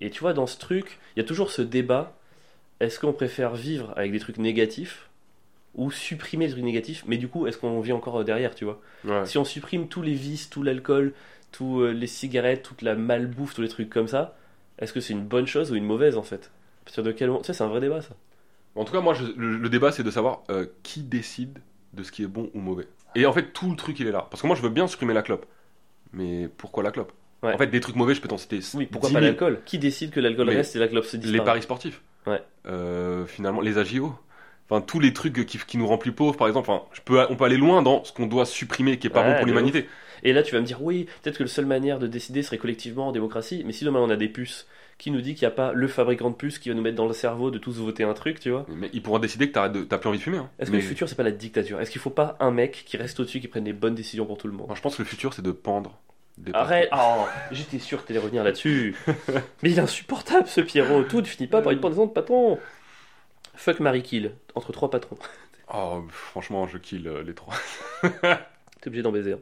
A: Et tu vois, dans ce truc, il y a toujours ce débat est-ce qu'on préfère vivre avec des trucs négatifs ou supprimer les trucs négatifs, mais du coup, est-ce qu'on vit encore derrière, tu vois
B: Ouais.
A: Si on supprime tous les vices, tout l'alcool, tous euh, les cigarettes, toute la malbouffe, tous les trucs comme ça, est-ce que c'est une bonne chose ou une mauvaise en fait À partir de quel moment Tu sais, c'est un vrai débat ça.
B: En tout cas, moi, je- le, le débat, c'est de savoir euh, qui décide de ce qui est bon ou mauvais. Et en fait, tout le truc, il est là. Parce que moi, je veux bien supprimer la clope. Mais pourquoi la clope
A: Ouais.
B: En fait, des trucs mauvais, je peux t'en citer.
A: Oui, pourquoi
B: 10
A: pas
B: 000.
A: l'alcool Qui décide que l'alcool
B: Mais
A: reste et la clope se disparaît
B: Les paris sportifs.
A: Ouais.
B: Euh, finalement, les AGO. Enfin, tous les trucs qui, qui nous rendent plus pauvres, par exemple. Enfin, je peux, on peut aller loin dans ce qu'on doit supprimer qui est pas
A: Ouais,
B: bon pour
A: de
B: l'humanité.
A: Et là, tu vas me dire, oui, peut-être que la seule manière de décider serait collectivement en démocratie, mais si demain on a des puces, qui nous dit qu'il n'y a pas le fabricant de puces qui va nous mettre dans le cerveau de tous voter un truc, tu vois
B: Mais ils pourront décider que t'arrêtes de- t'as plus envie de fumer. hein.
A: Est-ce
B: Mais-
A: que le futur, c'est pas la dictature Est-ce qu'il faut pas un mec qui reste au-dessus, qui prenne les bonnes décisions pour tout le monde
B: Moi, je pense que le futur, c'est de pendre. des
A: Arrête Oh, j'étais sûr que t'allais revenir là-dessus. Mais il est insupportable ce Pierrot. Tout ne finit pas par une pendaison de patron. Fuck Marie Kill, entre trois patrons.
B: patrons. Oh, pff, franchement, je kill euh, les trois.
A: T'es
B: Oh,
A: obligé d'en baiser un.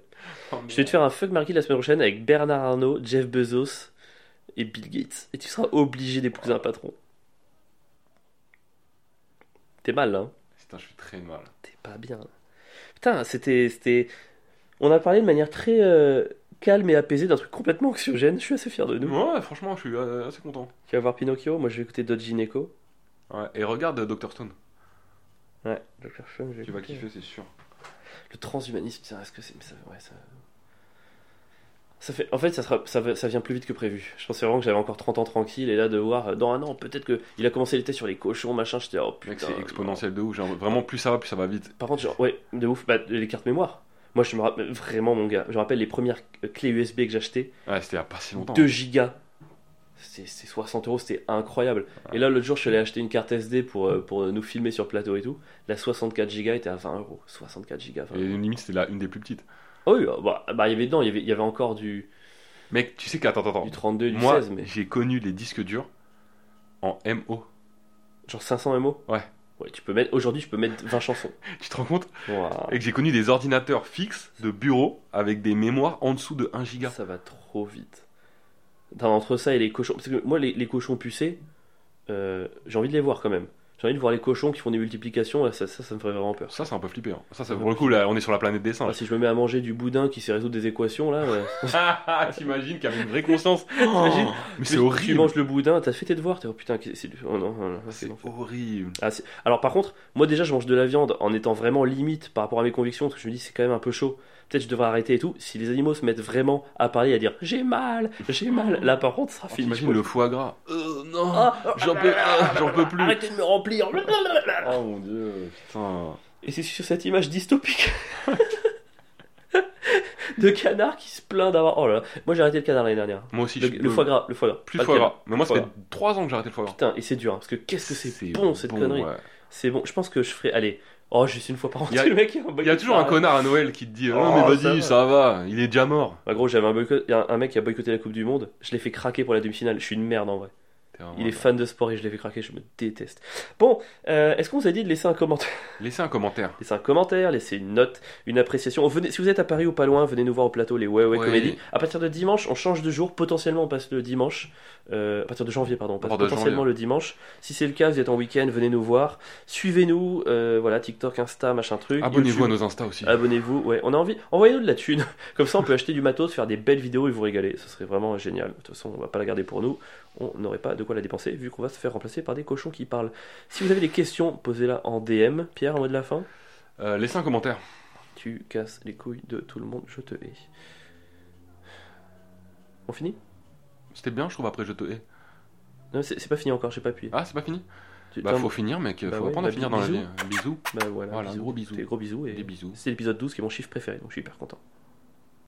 A: Je vais te faire un fuck Marie Kill la semaine prochaine avec Bernard Arnault, Jeff Bezos et Bill Gates. Et tu seras obligé d'épouser un patron. T'es mal là. hein.
B: Putain, je suis très mal.
A: T'es pas bien. Putain, c'était. c'était- On a parlé de manière très euh, calme et apaisée d'un truc complètement anxiogène. Je suis assez fier de nous.
B: Ouais, franchement, je suis euh, assez content.
A: Tu vas voir Pinocchio, moi je vais écouter Dodge Gineco.
B: Ouais, Et regarde euh, Dr Stone,
A: Ouais, Dr. Stone, je vais
B: tu vas
A: écouter.
B: kiffer, c'est sûr.
A: Le transhumanisme, tiens, est-ce que c'est. mais Ça, ouais, ça... ça fait... En fait, ça, sera... ça, va- ça vient plus vite que prévu. Je pensais vraiment que j'avais encore 30 ans tranquille, et là, de voir euh, dans un an, peut-être que. Il a commencé l'été sur les cochons, machin, j'étais, oh
B: Mec,
A: putain.
B: c'est exponentiel de ouf. genre, vraiment, plus ça va, plus ça va vite.
A: Par contre, genre, ouais, de ouf, bah, les cartes mémoire. Moi, je me rappelle vraiment, mon gars, je me rappelle les premières euh, clés USB que j'achetais,
B: Ouais, c'était il y a pas si longtemps. hein.
A: 2 gigas. C'était c'était 60 euros, c'était incroyable. Et là, l'autre jour, je suis allé acheter une carte SD pour, euh, pour nous filmer sur plateau et tout. La 64 gigas était à 20 euros. 64 gigas, 20
B: Et limite, c'était la- une des plus petites.
A: Ah oui, bah, bah, il y avait dedans, il y avait, il y avait encore du,
B: Mec, tu sais qu'attends, attends, attends.
A: du 32, du
B: Moi,
A: 16, mais
B: j'ai connu les disques durs en MO.
A: genre 500 MO.
B: Ouais.
A: Ouais, tu peux mettre, aujourd'hui, je peux mettre 20 chansons.
B: Tu te rends compte
A: Ouah,
B: Et que j'ai connu des ordinateurs fixes de bureau avec des mémoires en dessous de 1 giga.
A: ça va trop vite. Attends, entre ça et les cochons, parce que moi, les, les cochons pucés, euh, j'ai envie de les voir quand même. J'ai envie de voir les cochons qui font des multiplications, là, ça, ça, ça me ferait vraiment peur.
B: Ça, c'est un peu flippé. hein. Ça, ça, pour le coup, là, on est sur la planète des
A: Ah,
B: singes.
A: si je me mets à manger du boudin qui sait résoudre des équations, là, ouais.
B: T'imagines qu'il y avait une vraie conscience. T'imagines Oh, Mais c'est
A: Tu
B: horrible.
A: manges le boudin, t'as fait tes devoirs, t'es oh putain, qu'est- c'est du- oh non, oh non, c'est
B: C'est
A: l'enfer.
B: horrible.
A: Ah, c'est- Alors par contre, moi déjà je mange de la viande en étant vraiment limite par rapport à mes convictions, parce que je me dis c'est quand même un peu chaud, peut-être je devrais arrêter et tout. Si les animaux se mettent vraiment à parler et à dire j'ai mal, j'ai mal, là par contre ça
B: Oh,
A: fait
B: T'imagines le foie gras. Euh, non.
A: Ah, ah,
B: J'en peux, ah, j'en peux plus.
A: Arrêtez de me remplir
B: Oh mon dieu, putain.
A: Et c'est sur cette image dystopique de canard qui se plaint d'avoir... Oh là là, moi j'ai arrêté le canard l'année dernière.
B: Moi aussi,
A: Le,
B: je
A: le
B: peux-
A: foie gras, le foie gras.
B: Plus
A: Pas le
B: foie
A: canard.
B: gras. Mais moi, ça
A: Foie
B: fait 3 ans que j'ai arrêté le foie gras.
A: Putain, et c'est dur, hein, parce que qu'est-ce que c'est bon cette connerie.
B: ouais.
A: C'est bon, je pense que je ferai... Allez, oh juste une fois par an,
B: Y a-
A: le mec...
B: Il y a toujours un connard à Noël qui te dit Oh,
A: Bah, euh, Oh,
B: mais
A: ça
B: vas-y,
A: va.
B: ça va, il est déjà mort.
A: Bah gros, j'avais un, boycott- un- un mec qui a boycotté la Coupe du Monde, je l'ai fait craquer pour la demi-finale, je suis une merde en vrai.
B: T'es vraiment-
A: Il est fan de sport et je l'ai fait craquer, je me déteste. Bon, euh, est-ce qu'on vous a dit de laisser un commentaire
B: Laissez un commentaire.
A: Laissez un commentaire, laissez une note, une appréciation. Venez, si vous êtes à Paris ou pas loin, venez nous voir au plateau, les Ouais Ouais,
B: Ouais.
A: Comédie. À partir de dimanche, on change de jour, potentiellement on passe le dimanche. Euh, à partir de janvier, pardon, on passe
B: partir de
A: potentiellement
B: janvier.
A: le dimanche. Si c'est le cas, vous êtes en week-end, venez nous voir. Suivez-nous, euh, voilà, TikTok, Insta, machin truc.
B: Abonnez-vous à
A: YouTube.
B: nos Insta
A: Euh,
B: aussi.
A: Abonnez-vous, ouais, on a envie. Envoyez-nous de la thune. Comme ça, on peut acheter du matos, faire des belles vidéos et vous régaler. Ce serait vraiment génial. De toute façon, on va pas la garder pour nous. On n'aurait pas de quoi la dépenser vu qu'on va se faire remplacer par des cochons qui parlent. Si vous avez des questions, posez-la en DM. Pierre, en mot de la fin.
B: Euh, laissez un commentaire.
A: Tu casses les couilles de tout le monde, je te hais. On finit
B: C'était bien, je trouve, après je te hais.
A: Non, c'est c'est pas fini encore, j'ai pas appuyé.
B: Ah, c'est pas fini
A: Tu-
B: Bah,
A: t'en-
B: faut finir, mec. Faut
A: Bah ouais,
B: apprendre à
A: bah,
B: finir dans la
A: bisous.
B: vie. hein. Bisous.
A: bah, voilà,
B: Voilà,
A: bisous.
B: gros bisous.
A: Des gros bisous.
B: Des
A: Et...
B: bisous.
A: C'est l'épisode 12 qui est mon chiffre préféré, donc je suis hyper content.